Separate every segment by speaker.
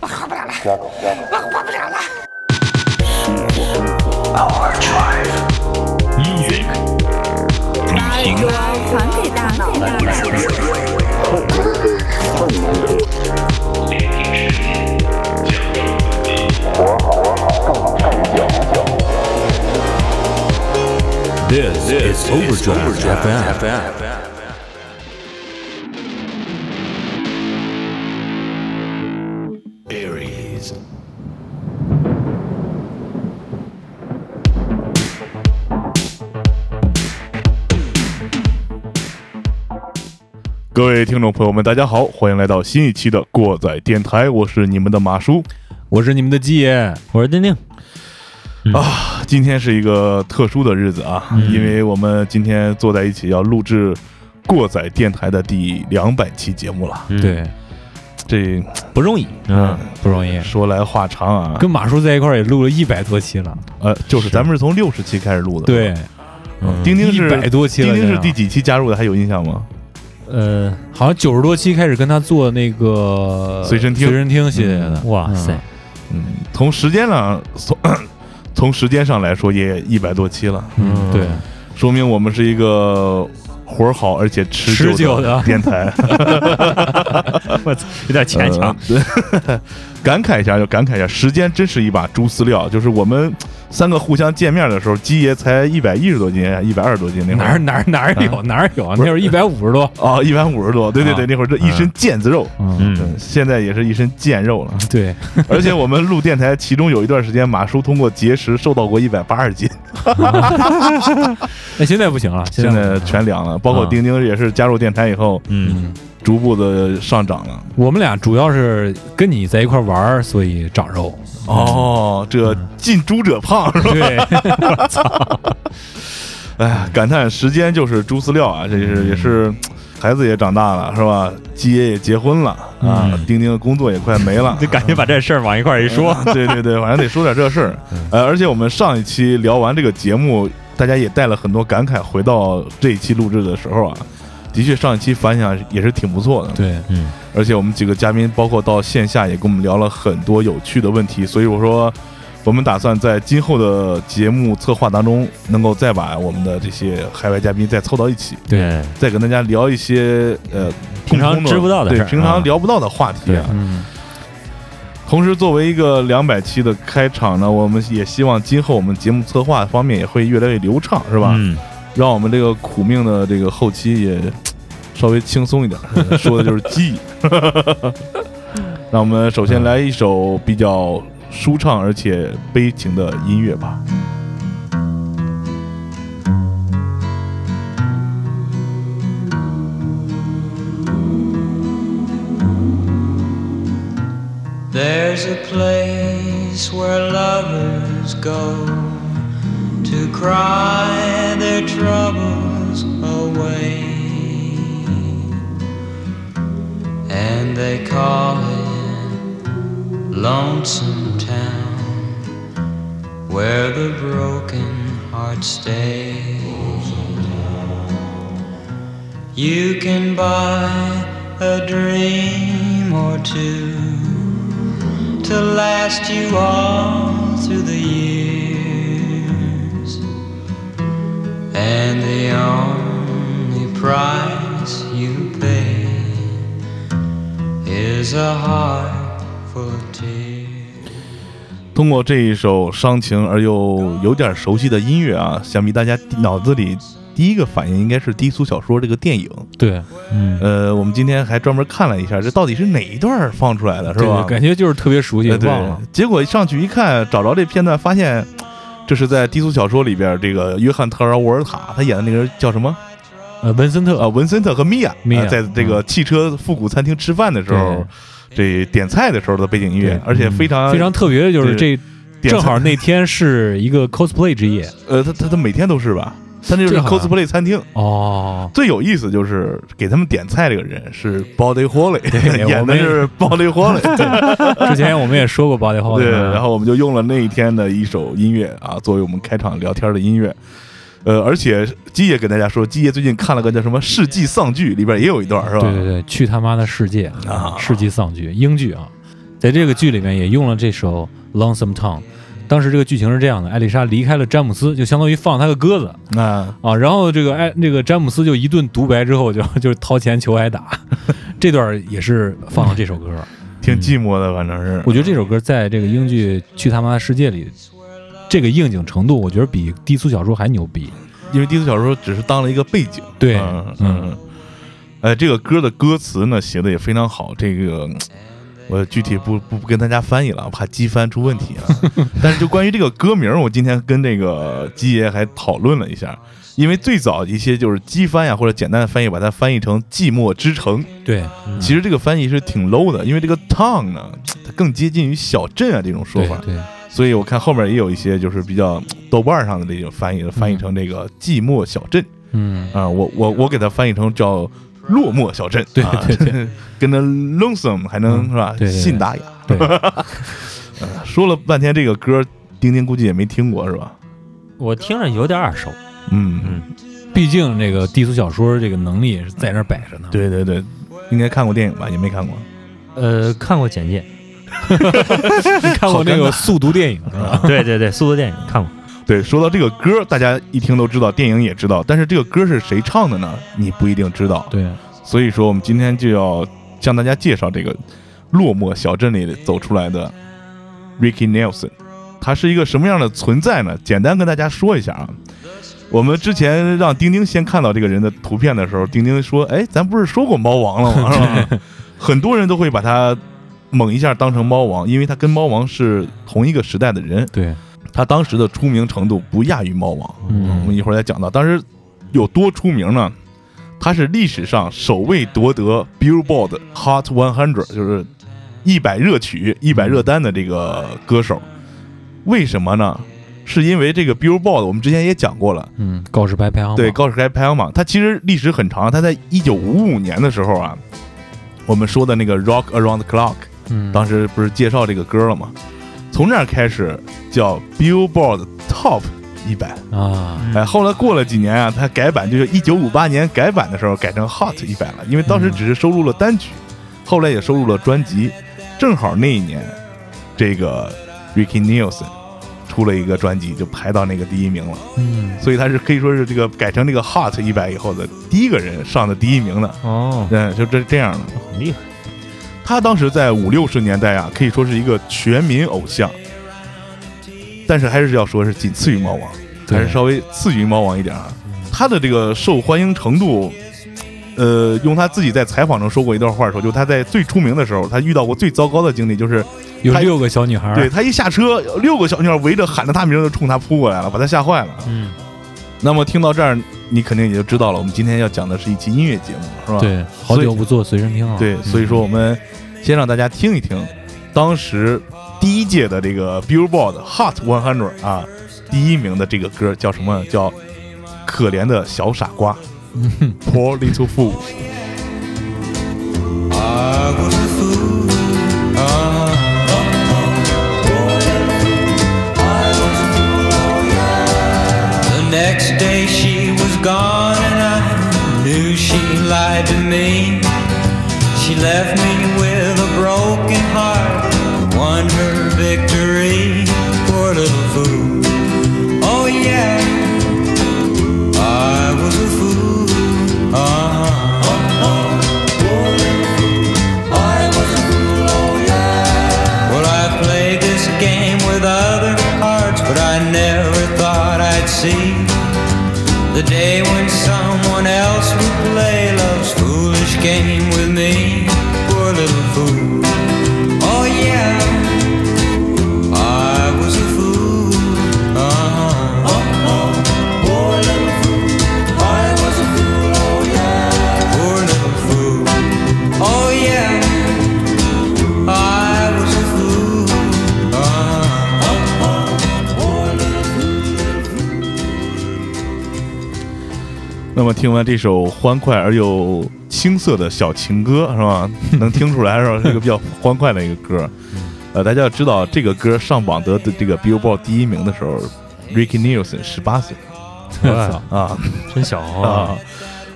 Speaker 1: 我活不了了，
Speaker 2: 加狗加狗
Speaker 1: 我活不了了。
Speaker 3: 音乐旅行
Speaker 4: 传给大脑，
Speaker 3: ，This is Overdrive FM。
Speaker 5: 各位听众朋友们，大家好，欢迎来到新一期的过载电台，我是你们的马叔。
Speaker 6: 我是你们的鸡爷，
Speaker 7: 我是丁丁，
Speaker 5: 今天是一个特殊的日子啊，
Speaker 6: 嗯
Speaker 5: 因为我们今天坐在一起要录制过载电台的第两百期节目了。
Speaker 7: 嗯，
Speaker 6: 对，
Speaker 5: 这
Speaker 6: 不容易，
Speaker 7: 嗯，
Speaker 6: 不容易。
Speaker 5: 说来话长啊，
Speaker 6: 跟马叔在一块儿也录了一百多期了，
Speaker 5: 呃，就是咱们是从六十期开始录的，
Speaker 6: 对，
Speaker 5: 嗯，丁丁
Speaker 6: 一
Speaker 5: 是
Speaker 6: 百多期了，
Speaker 5: 丁丁是
Speaker 6: 这样
Speaker 5: 第几期加入的？还有印象吗？
Speaker 7: 呃，
Speaker 6: 好像九十多期开始跟他做那个
Speaker 5: 随身听
Speaker 6: 随身听系列的，
Speaker 7: 哇塞，
Speaker 5: 嗯，从时间上从 从时间上来说也一百多期了，
Speaker 6: 嗯，对，
Speaker 5: 说明我们是一个活儿好而且持
Speaker 6: 持久
Speaker 5: 的
Speaker 6: 的
Speaker 5: 电 台。
Speaker 7: 我操，有点牵强，
Speaker 5: 呃感慨一下就感慨一下，时间真是一把猪饲料。就是我们三个互相见面的时候，鸡爷才一百一十多斤，一百二十多斤那会
Speaker 6: 呃哪儿
Speaker 5: 儿。
Speaker 6: 哪儿哪儿
Speaker 7: 啊
Speaker 6: 有哪儿有，那会儿一百五十多，
Speaker 5: 哦，一百五十多，对对对，那会儿这一身腱子肉，
Speaker 6: 啊嗯，
Speaker 5: 嗯
Speaker 7: 嗯，
Speaker 5: 现在也是一身腱肉 了。
Speaker 6: 对，
Speaker 5: 而且我们录电台，其中有一段时间，马叔通过节食瘦到过一百八 十斤，
Speaker 6: 那现在不行了，现
Speaker 5: 现
Speaker 6: 在
Speaker 5: 在全凉了。包括
Speaker 6: 啊
Speaker 5: 丁丁也是加入电台以后，
Speaker 7: 嗯，。
Speaker 5: 逐步的上涨了。
Speaker 6: 我们俩主要是跟你在一块儿玩儿，所以长肉，
Speaker 5: 哦，这
Speaker 6: 嗯
Speaker 5: 近朱者胖是吧？
Speaker 6: 对，
Speaker 5: 哎呀，感叹时间就是猪饲料啊，这是也是，孩子也长大了是吧？鸡爷也结婚了啊，丁丁的工作也快没了啊
Speaker 7: 就感觉把这事儿往一块儿一说，
Speaker 5: 对对对，反正得说点这事儿。呃，而且我们上一期聊完这个节目，大家也带了很多感慨，回到这一期录制的时候啊，的确上一期反响也是挺不错的。
Speaker 6: 对，
Speaker 7: 嗯，
Speaker 5: 而且我们几个嘉宾，包括到线下也跟我们聊了很多有趣的问题，所以我说，我们打算在今后的节目策划当中，能够再把我们的这些海外嘉宾再凑到一起，
Speaker 7: 对，
Speaker 5: 再跟大家聊一些呃
Speaker 7: 平常
Speaker 5: 共同
Speaker 7: 知不到的
Speaker 5: 对
Speaker 7: 事儿
Speaker 5: 平常
Speaker 7: 啊
Speaker 5: 聊不到的话题啊。
Speaker 6: 嗯，
Speaker 5: 同时，作为一个两百期的开场呢，我们也希望今后我们节目策划方面也会越来越流畅，是吧？
Speaker 7: 嗯，
Speaker 5: 让我们这个苦命的这个后期也稍微轻松一点，说的就是记忆。那我们首先来一首比较舒畅而且悲情的音乐吧。
Speaker 8: There's a place where lovers go to cry their troubles away. And they call it Lonesome Town, where the broken heart stays. You can buy a dream or two to last you all through the years. And the only price you pay is a heart full of tears.
Speaker 5: 通过这一首伤情而又有点熟悉的音乐啊，想必大家脑子里第一个反应应该是《低俗小说》这个电影。
Speaker 6: 对，
Speaker 5: 呃，我们今天还专门看了一下，这到底是哪一段放出来的，是
Speaker 6: 呃对
Speaker 5: 吧？
Speaker 6: 感觉就是特别熟悉，
Speaker 5: 呃对
Speaker 6: 忘了，
Speaker 5: 结果上去一看，找着这片段，发现这是在低俗小说里边，这个约翰·特劳沃尔塔他演的那个人叫什么？
Speaker 6: 呃，文森特
Speaker 5: 呃，文森特和米娅，
Speaker 6: 米娅
Speaker 5: 呃在这个汽车复古餐厅吃饭的时候，这点菜的时候的背景音乐
Speaker 6: 对，嗯
Speaker 5: 而且非常
Speaker 6: 非常特别的就是这
Speaker 5: 啊点菜
Speaker 6: 正好那天是一个 cosplay 之 夜
Speaker 5: 呃，他他他每天都是吧。他那就是
Speaker 6: 这好像
Speaker 5: cosplay 餐厅，
Speaker 6: 哦，
Speaker 5: 最有意思就是给他们点菜这个人是 Body Holly，
Speaker 6: 对
Speaker 5: 演
Speaker 6: 我
Speaker 5: 的
Speaker 6: 们
Speaker 5: 是 Body Holly，
Speaker 6: 之前我们也说过 body hole，
Speaker 5: 对，然后我们就用了那一天的一首音乐啊，作为我们开场聊天的音乐。呃，而且基爷跟大家说，基爷最近看了个叫什么《世纪丧剧》，里边也有一段是吧？
Speaker 6: 对对对，去他妈的世界
Speaker 5: 啊
Speaker 6: 世纪丧剧，英剧啊，在这个剧里面也用了这首《Lonesome Town》。当时这个剧情是这样的：艾丽莎离开了詹姆斯，就相当于放了他个鸽子
Speaker 5: 啊，
Speaker 6: 啊。然后这个艾那个詹姆斯就一顿独白之后就，就掏钱求挨打。 这段也是放了这首歌。
Speaker 5: 挺寂寞的，反正是。
Speaker 6: 我觉得这首歌在这个英剧《去他妈的世界》里，这个应景程度，我觉得比低俗小说还牛逼。
Speaker 5: 因为低俗小说只是当了一个背景。
Speaker 6: 对
Speaker 5: 嗯
Speaker 6: 嗯
Speaker 5: 嗯。呃，这个歌的歌词呢写的也非常好，这个嗯我具体不不不跟大家翻译了，我怕机翻出问题啊。 但是就关于这个歌名，我今天跟这个基爷还讨论了一下，因为最早一些就是机翻呀或者简单的翻译，把它翻译成“寂寞之城”。
Speaker 6: 对，
Speaker 5: 其实这个翻译是挺 low 的，因为这个 town 呢，它更接近于小镇啊这种说
Speaker 6: 对
Speaker 5: 法，
Speaker 6: 对，
Speaker 5: 所以我看后面也有一些就是比较豆瓣上的这种翻译，翻译成这个寂寞小镇
Speaker 6: 嗯，
Speaker 5: 啊、我我我给它翻译成叫落寞小镇，
Speaker 6: 对
Speaker 5: 啊
Speaker 6: 对
Speaker 5: 跟着 lonesome 还能、
Speaker 6: 嗯
Speaker 5: 是吧，
Speaker 6: 对对对
Speaker 5: 信达雅。 呃
Speaker 6: 对，
Speaker 5: 说了半天这个歌，丁丁估计也没听过是吧？
Speaker 7: 我听着有点耳熟。
Speaker 5: 嗯
Speaker 7: 嗯
Speaker 6: 毕竟这个低俗小说这个能力是在那儿摆着呢。
Speaker 5: 对对对，应该看过电影吧？也没看过。
Speaker 7: 呃，看过简 介，
Speaker 6: 你看过那个速读电影
Speaker 5: 啊
Speaker 6: 是吧？
Speaker 7: 对对对，速度电影看过。
Speaker 5: 对，说到这个歌，大家一听都知道，电影也知道，但是这个歌是谁唱的呢？你不一定知道。
Speaker 6: 对，
Speaker 5: 所以说，我们今天就要向大家介绍这个落寞小镇里走出来的 Ricky Nelson，他是一个什么样的存在呢？简单跟大家说一下啊。我们之前让丁丁先看到这个人的图片的时候，丁丁说：“哎，咱不是说过猫王了吗？ 是吧很多人都会把他猛一下当成猫王，因为他跟猫王是同一个时代的人，
Speaker 6: 对，
Speaker 5: 他当时的出名程度不亚于猫王。我们
Speaker 6: 嗯，
Speaker 5: 一会儿再讲到，当时有多出名呢？他是历史上首位夺得 Billboard Hot 100，就是一百热曲、一百热单的这个歌手。为什么呢？是因为这个 Billboard，我们之前也讲过了，
Speaker 6: 嗯，告示牌排行榜
Speaker 5: 对告示牌排行榜，它其实历史很长。它在一九五五年的时候啊，我们说的那个 Rock Around the Clock，
Speaker 6: 嗯，
Speaker 5: 当时不是介绍这个歌了吗？从那儿开始叫 Billboard Top 一百。
Speaker 6: 啊，
Speaker 5: 哎，后来过了几年啊，他改版就是一九五八年改版的时候改成 Hot 一百了，因为当时只是收录了单曲，后来也收录了专辑，正好那一年，这个 Ricky Nielsen 出了一个专辑，就排到那个第一名了，
Speaker 6: 嗯，
Speaker 5: 所以他是可以说是这个改成这个 Hot 一百以后的第一个人上的第一名的，
Speaker 7: 哦，
Speaker 5: 嗯，就这这样的。
Speaker 7: 很厉害。
Speaker 5: 他当时在五六十年代啊，可以说是一个全民偶像，但是还是要说是仅次于猫王。还是
Speaker 6: 对
Speaker 5: 稍微次于猫王一点啊。他的这个受欢迎程度，呃，用他自己在采访中说过一段话说，就他在最出名的时候，他遇到过最糟糕的经历，就是
Speaker 6: 有六个小女孩，
Speaker 5: 对，他一下车，六个小女孩围着喊着他名儿就冲他扑过来了，把他吓坏了。
Speaker 7: 嗯，
Speaker 5: 那么听到这儿，你肯定也就知道了，我们今天要讲的是一期音乐节目，是吧？
Speaker 6: 对，好久不做随身听了，
Speaker 5: 啊
Speaker 6: 啊嗯
Speaker 5: 对，所以说我们先让大家听一听当时第一届的这个 Billboard Hot 100啊，第一名的这个歌叫什么？叫《可怜的小傻瓜》，Poor Little Fool。
Speaker 8: I was a fool. Uh-huh. I was a fool, oh yeah. The next day she was gone, and I knew she lied to me. She left me with a broken heart, won her victory. Poor little fool, oh yeah. I was a fool, uh-huh. I was a fool, oh yeah. Well, I played this game with other hearts, but I never thought I'd see the day when someone else would play love's foolish game with me. Poor little fool, oh yeah. I was a fool, uh-huh. Poor little fool, I was a fool, oh yeah. Poor little fool. Oh yeah, I was a fool. Uh-huh. Poor little
Speaker 5: 那么听完这首欢快而又青涩的小情歌，是吧？能听出来是吧？是一个比较欢快的一个歌。呃，大家要知道，这个歌上榜得的这个 Billboard 第一名的时候，Ricky Nielsen 十八岁
Speaker 6: 我操，
Speaker 5: 啊
Speaker 7: 真小
Speaker 5: 啊
Speaker 7: 啊！！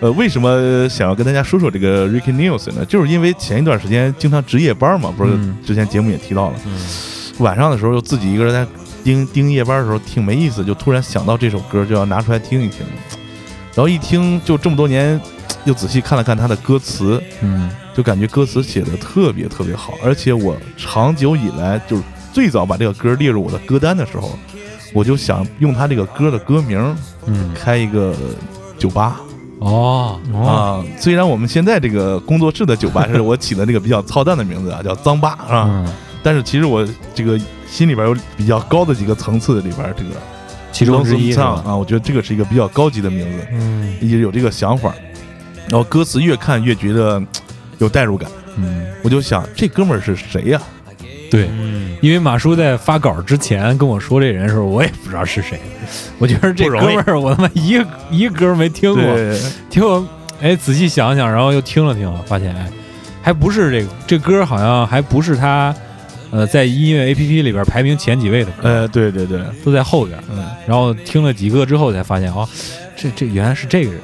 Speaker 5: 呃，为什么想要跟大家说说这个 Ricky News 呢？就是因为前一段时间经常值夜班嘛，不是
Speaker 6: 嗯
Speaker 5: 之前节目也提到了，
Speaker 6: 嗯
Speaker 5: 晚上的时候就自己一个人在盯盯夜班的时候挺没意思，就突然想到这首歌就要拿出来听一听，然后一听就这么多年，又仔细看了看他的歌词，
Speaker 6: 嗯
Speaker 5: 就感觉歌词写的特别特别好，而且我长久以来就是最早把这个歌列入我的歌单的时候，我就想用他这个歌的歌名
Speaker 6: 嗯，
Speaker 5: 开一个酒吧
Speaker 6: 哦，
Speaker 7: 哦，
Speaker 5: 啊。虽然我们现在这个工作室的酒吧是我起的那个比较操蛋的名字啊，叫脏吧啊，
Speaker 6: 嗯，
Speaker 5: 但是其实我这个心里边有比较高的几个层次里边，这个
Speaker 6: 其中之一是
Speaker 5: 唱
Speaker 6: 吧？
Speaker 5: 啊，我觉得这个是一个比较高级的名字，
Speaker 7: 嗯，
Speaker 5: 也有这个想法。然后歌词越看越觉得有代入感，
Speaker 6: 嗯，
Speaker 5: 我就想这哥们儿是谁呀、
Speaker 6: 对，
Speaker 7: 嗯
Speaker 6: 因为马叔在发稿之前跟我说这人的时候，我也不知道是谁，我觉得这
Speaker 7: 不
Speaker 6: 哥
Speaker 7: 容易
Speaker 6: 们儿我他妈一个一个歌没听过，
Speaker 5: 对，
Speaker 6: 结果哎仔细想想，然后又听了听了，发现哎，还不是这个这歌好像还不是他呃在音乐 A P P 里边排名前几位的
Speaker 7: 嗯
Speaker 6: 歌，
Speaker 5: 呃，对对对，
Speaker 6: 都在后边。
Speaker 5: 嗯，
Speaker 6: 然后听了几个之后才发现哦，这这原来是这个 人，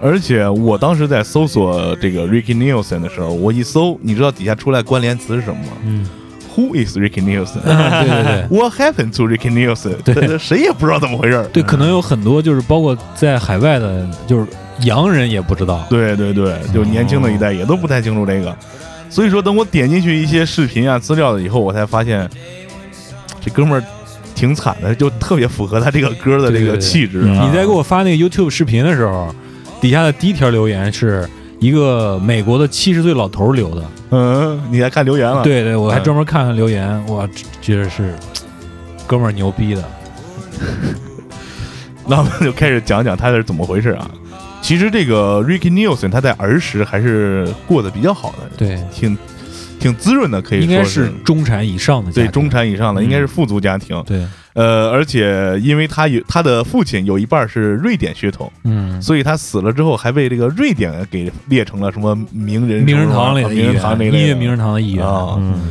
Speaker 5: 而且我当时在搜索这个 Ricky Nielsen 的时候，我一搜，你知道底下出来关联词是什么吗？
Speaker 7: 嗯
Speaker 5: ，Who is Ricky Nielsen？
Speaker 6: 对对对。
Speaker 5: What happened to Ricky Nielsen？
Speaker 6: 对
Speaker 5: 这这谁也不知道怎么回事儿。
Speaker 6: 对，可能有很多就是包括在海外的，就是洋人也不知道。
Speaker 5: 对对对，就年轻的一代也都不太清楚这个，所以说等我点进去一些视频啊资料了以后，我才发现这哥们儿挺惨的，就特别符合他这个歌的这
Speaker 6: 对对
Speaker 5: 个
Speaker 6: 对
Speaker 5: 气质啊。
Speaker 6: 你在给我发那个 YouTube 视频的时候，底下的第一条留言是一个美国的七十岁老头留的。
Speaker 5: 嗯，你还看留言了？，
Speaker 6: 对对，我还
Speaker 5: 嗯
Speaker 6: 专门看看留言，我觉得是哥们儿牛逼的。
Speaker 5: 那我们就开始讲讲他是怎么回事啊。其实这个 Ricky Nielsen 他在儿时还是过得比较好的，
Speaker 6: 对，
Speaker 5: 挺挺滋润的，可以
Speaker 6: 应
Speaker 5: 说
Speaker 6: 该是中产以上的家
Speaker 5: 对
Speaker 6: 庭。
Speaker 5: 中产以上的，
Speaker 6: 嗯
Speaker 5: 应该是富足家庭。
Speaker 6: 对，
Speaker 5: 呃，而且因为他有他的父亲有一半是瑞典血统，
Speaker 6: 嗯，
Speaker 5: 所以他死了之后还被这个瑞典给列成了什么名人
Speaker 6: 名
Speaker 5: 什
Speaker 6: 人
Speaker 5: 么
Speaker 6: 堂里
Speaker 5: 啊
Speaker 6: 的一
Speaker 5: 名人堂
Speaker 6: 员，
Speaker 5: 那
Speaker 6: 音
Speaker 5: 类的
Speaker 6: 乐名人堂的一员。
Speaker 5: 啊。
Speaker 7: 嗯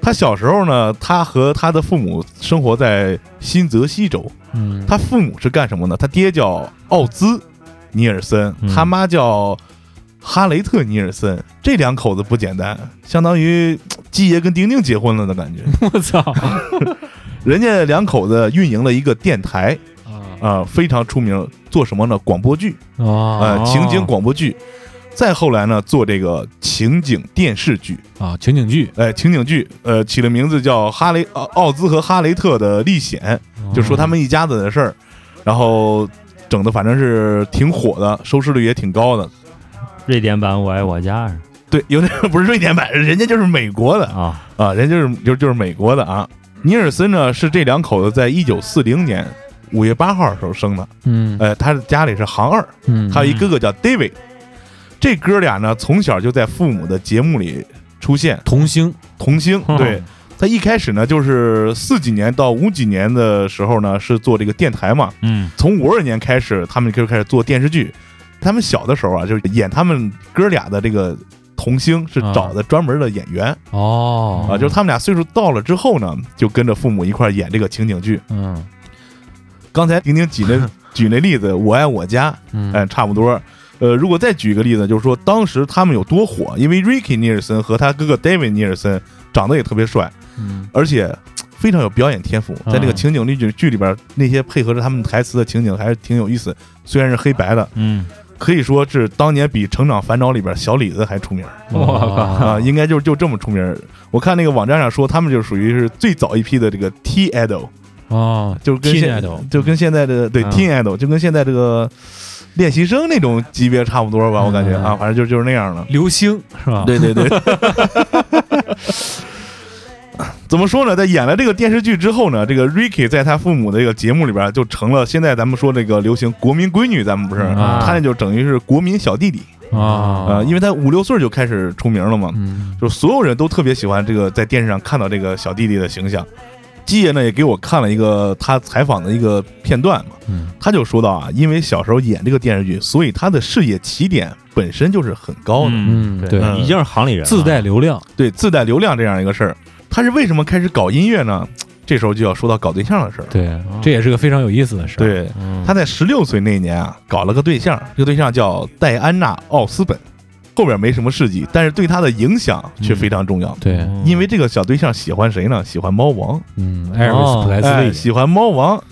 Speaker 5: 他小时候呢，他和他的父母生活在新泽西州。
Speaker 6: 嗯，
Speaker 5: 他父母是干什么呢？他爹叫奥兹·尼尔森，
Speaker 7: 嗯
Speaker 5: 他妈叫哈雷特·尼尔森。这两口子不简单，相当于鸡爷跟丁丁结婚了的 感觉。
Speaker 6: 我操！
Speaker 5: 人家两口子运营了一个电台
Speaker 6: 啊
Speaker 5: 啊、非常出名，做什么呢？广播剧，
Speaker 6: 哦
Speaker 5: 呃，情景广播剧。再后来呢，做这个情景电视剧，
Speaker 6: 啊，情景剧，
Speaker 5: 呃，情景剧，呃，起的名字叫《哈雷奥奥兹和哈雷特的历险》。
Speaker 7: 哦
Speaker 5: 就说他们一家子的事儿，然后整的反正是挺火的，收视率也挺高的。
Speaker 7: 瑞典版《我爱我家》是
Speaker 5: 对，有点不是瑞典版，人家就是美国的
Speaker 7: 吧啊，
Speaker 5: 啊，人家就是就就是美国的啊。尼尔森呢是这两口子在一九四零年五月八号的时候生的，
Speaker 6: 嗯
Speaker 5: 呃，他的家里是行二，
Speaker 6: 嗯，
Speaker 5: 还有一哥哥叫 David。这哥俩呢从小就在父母的节目里出现，
Speaker 6: 童星，
Speaker 5: 童星。
Speaker 7: 嗯
Speaker 5: 对他一开始呢就是四几年到五几年的时候呢是做这个电台嘛，
Speaker 7: 嗯
Speaker 5: 从五二年开始，他们就开始做电视剧。他们小的时候啊，就是演他们哥俩的这个童星，是
Speaker 6: 啊
Speaker 5: 找的专门的演员
Speaker 6: 哦
Speaker 5: 啊就是他们俩岁数到了之后呢，就跟着父母一块儿演这个情景剧。
Speaker 6: 嗯
Speaker 5: 刚才婷婷举那举那例子，《我爱我家》
Speaker 6: 嗯
Speaker 5: 哎，差不多。呃，如果再举一个例子，就是说当时他们有多火，因为 Ricky 尼尔森和他哥哥 David 尼尔森长得也特别帅，
Speaker 6: 嗯
Speaker 5: 而且嘖非常有表演天赋，
Speaker 7: 嗯
Speaker 5: 在这个情景剧剧里边，那些配合着他们台词的情景还是挺有意思，虽然是黑白的，
Speaker 7: 嗯，
Speaker 5: 可以说是当年比《成长烦恼》里边小李子还出名
Speaker 7: 我靠，
Speaker 5: 啊，应该就是就这么出名。我看那个网站上说，他们就属于是最早一批的这个 T idol，
Speaker 6: 哦，
Speaker 5: 就是跟
Speaker 6: Teen
Speaker 5: 现
Speaker 6: idol
Speaker 5: 就跟现在的对
Speaker 7: 嗯
Speaker 5: T idol，就跟现在这个练习生那种级别差不多吧，我感觉
Speaker 6: 嗯啊
Speaker 5: 啊，反正就就是那样的。
Speaker 6: 流星是吧？
Speaker 5: 对对对。 怎么说呢？在演了这个电视剧之后呢，这个 Ricky 在他父母的这个节目里边就成了现在咱们说这个流行国民闺女，咱们不是，
Speaker 6: 嗯
Speaker 5: 他那就等于是国民小弟弟啊、
Speaker 6: 啊，
Speaker 5: 因为他五六岁就开始出名了嘛，
Speaker 6: 嗯
Speaker 5: 就所有人都特别喜欢这个在电视上看到这个小弟弟的形象。基爷呢也给我看了一个他采访的一个片段嘛，
Speaker 6: 嗯
Speaker 5: 他就说到啊，因为小时候演这个电视剧，所以他的事业起点本身就是很高的，
Speaker 7: 嗯
Speaker 6: 嗯
Speaker 7: 对
Speaker 5: 嗯，
Speaker 7: 已经是行里人了，
Speaker 6: 自带流量，
Speaker 5: 对自带流量这样一个事儿。他是为什么开始搞音乐呢？这时候就要说到搞对象的事儿。
Speaker 6: 对，这也是个非常有意思的事儿。
Speaker 5: 对，
Speaker 7: 嗯
Speaker 5: 他在十六岁那年啊，搞了个对象，这个对象叫戴安娜·奥斯本，后边没什么事迹，但是对他的影响却非常重要。
Speaker 6: 对，
Speaker 5: 因为这个小对象喜欢谁呢？喜欢猫王，
Speaker 6: 嗯，艾瑞斯普莱
Speaker 5: 哎，
Speaker 6: 斯利，
Speaker 5: 喜欢猫王，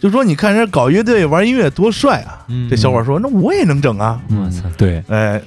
Speaker 5: 就说你看人家搞乐队、玩音乐多帅啊！
Speaker 6: 嗯
Speaker 5: 这小伙说，那我也能整啊！
Speaker 6: 嗯
Speaker 7: 我操，
Speaker 6: 对，
Speaker 5: 哎，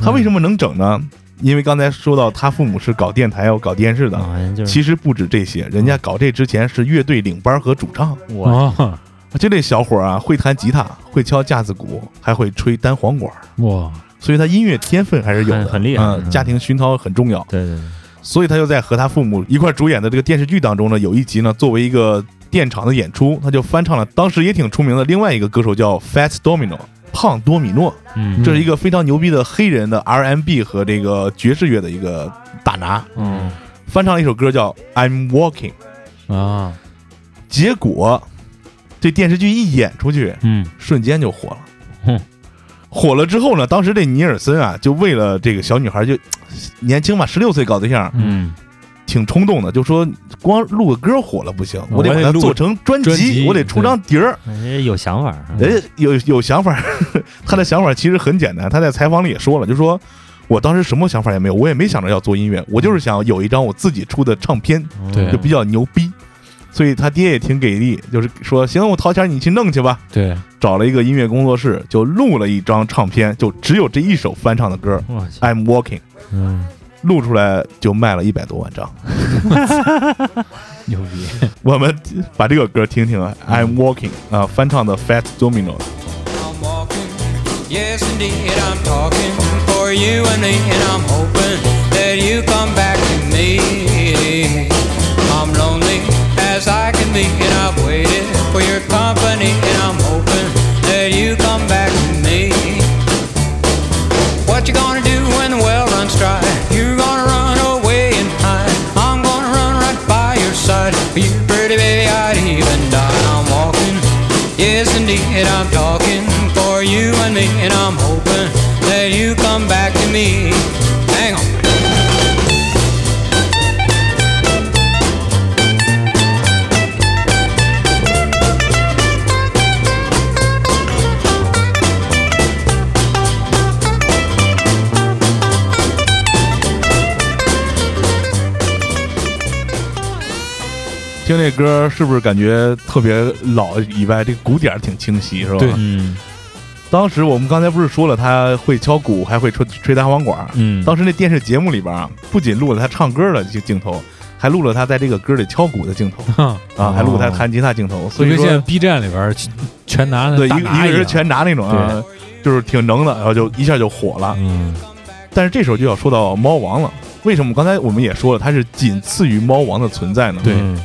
Speaker 5: 他为什么能整呢？
Speaker 7: 嗯
Speaker 5: 因为刚才说到他父母是搞电台、搞电视的，
Speaker 7: 好像嗯就是
Speaker 5: 其实不止这
Speaker 7: 嗯
Speaker 5: 些，人家搞这之前是乐队领班和主唱。
Speaker 7: 我
Speaker 6: 哇
Speaker 5: 就这小伙儿啊，会弹吉他，会敲架子鼓，还会吹单簧管儿，
Speaker 6: 哇，
Speaker 5: 所以他音乐天分还是有的，
Speaker 7: 很很厉害
Speaker 5: 嗯，
Speaker 7: 嗯
Speaker 5: 家庭熏陶很重要，
Speaker 7: 对对
Speaker 5: 所以他就在和他父母一块儿主演的这个电视剧当中呢，有一集呢，作为一个电场的演出，他就翻唱了当时也挺出名的另外一个歌手叫 Fat Domino。胖多米诺，
Speaker 7: 嗯
Speaker 5: 这是一个非常牛逼的黑人的 R&B 和这个爵士乐的一个大拿，
Speaker 7: 嗯
Speaker 5: 翻唱了一首歌叫《I'm Walking》，
Speaker 6: 啊，
Speaker 5: 结果这电视剧一演出去，
Speaker 7: 嗯
Speaker 5: 瞬间就火了。
Speaker 7: 哼
Speaker 5: 火了之后呢，当时这尼尔森啊，就为了这个小女孩就年轻嘛，十六岁搞对象，
Speaker 7: 嗯
Speaker 5: 挺冲动的，就说光录个歌火了不行，我
Speaker 6: 我
Speaker 5: 得把
Speaker 6: 得
Speaker 5: 它
Speaker 6: 录
Speaker 5: 做成专
Speaker 6: 专辑
Speaker 5: 我得出张碟儿。
Speaker 7: 嗯，哎有想法，
Speaker 5: 人家有有想法儿，他的想法其实很简单，他在采访里也说了，就说我当时什么想法也没有，我也没想着要做音乐，我就是想有一张我自己出的唱片，
Speaker 7: 嗯
Speaker 6: 对
Speaker 5: 就比较牛逼。所以他爹也挺给力，就是说行，我掏钱你去弄去吧。
Speaker 6: 对，
Speaker 5: 找了一个音乐工作室，就录了一张唱片，就只有这一首翻唱的歌
Speaker 7: 我去
Speaker 5: 《I'm Walking》，
Speaker 7: 嗯
Speaker 5: 录出来就卖了一百多万张。
Speaker 6: 牛逼，
Speaker 5: 我们把这个歌听听啊，《I'm Walking》啊，翻唱的 Fat Domino。
Speaker 8: I'm walking, yes indeed, I'm talking for you and me, and I'm hoping that you come back to me. I'm lonely as I can be, and I've waited for your company, and I'm hoping that you come back to me. What you gonna do when the well runs dry? You're gonna run away and hide. I'm gonna run right by your side. For you, pretty baby, I'd even die. I'm walking, yes indeed, I'm talking for you and me, and I'm hoping that you come back to me. Hang on.
Speaker 5: 听这歌是不是感觉特别老以外，这个鼓点儿挺清晰，是吧？
Speaker 6: 对
Speaker 7: 嗯
Speaker 5: 当时我们刚才不是说了，他会敲鼓，还会吹吹单簧管。
Speaker 7: 嗯，
Speaker 5: 当时那电视节目里边啊，不仅录了他唱歌的镜镜头，还录了他在这个歌里敲鼓的镜头
Speaker 6: 哈
Speaker 5: 啊，还录他
Speaker 7: 哦
Speaker 5: 弹吉他镜头。所
Speaker 6: 就
Speaker 5: 以
Speaker 6: 跟
Speaker 5: 说
Speaker 6: 现在 B 站里边儿全全拿那
Speaker 5: 对，一
Speaker 6: 大
Speaker 5: 个
Speaker 6: 拿
Speaker 5: 一个
Speaker 6: 样
Speaker 5: 人全拿那种啊，就是挺能的，然后就一下就火了。
Speaker 6: 嗯，
Speaker 5: 但是这时候就要说到猫王了，为什么？刚才我们也说了，他是仅次于猫王的存在呢。
Speaker 6: 对
Speaker 7: 嗯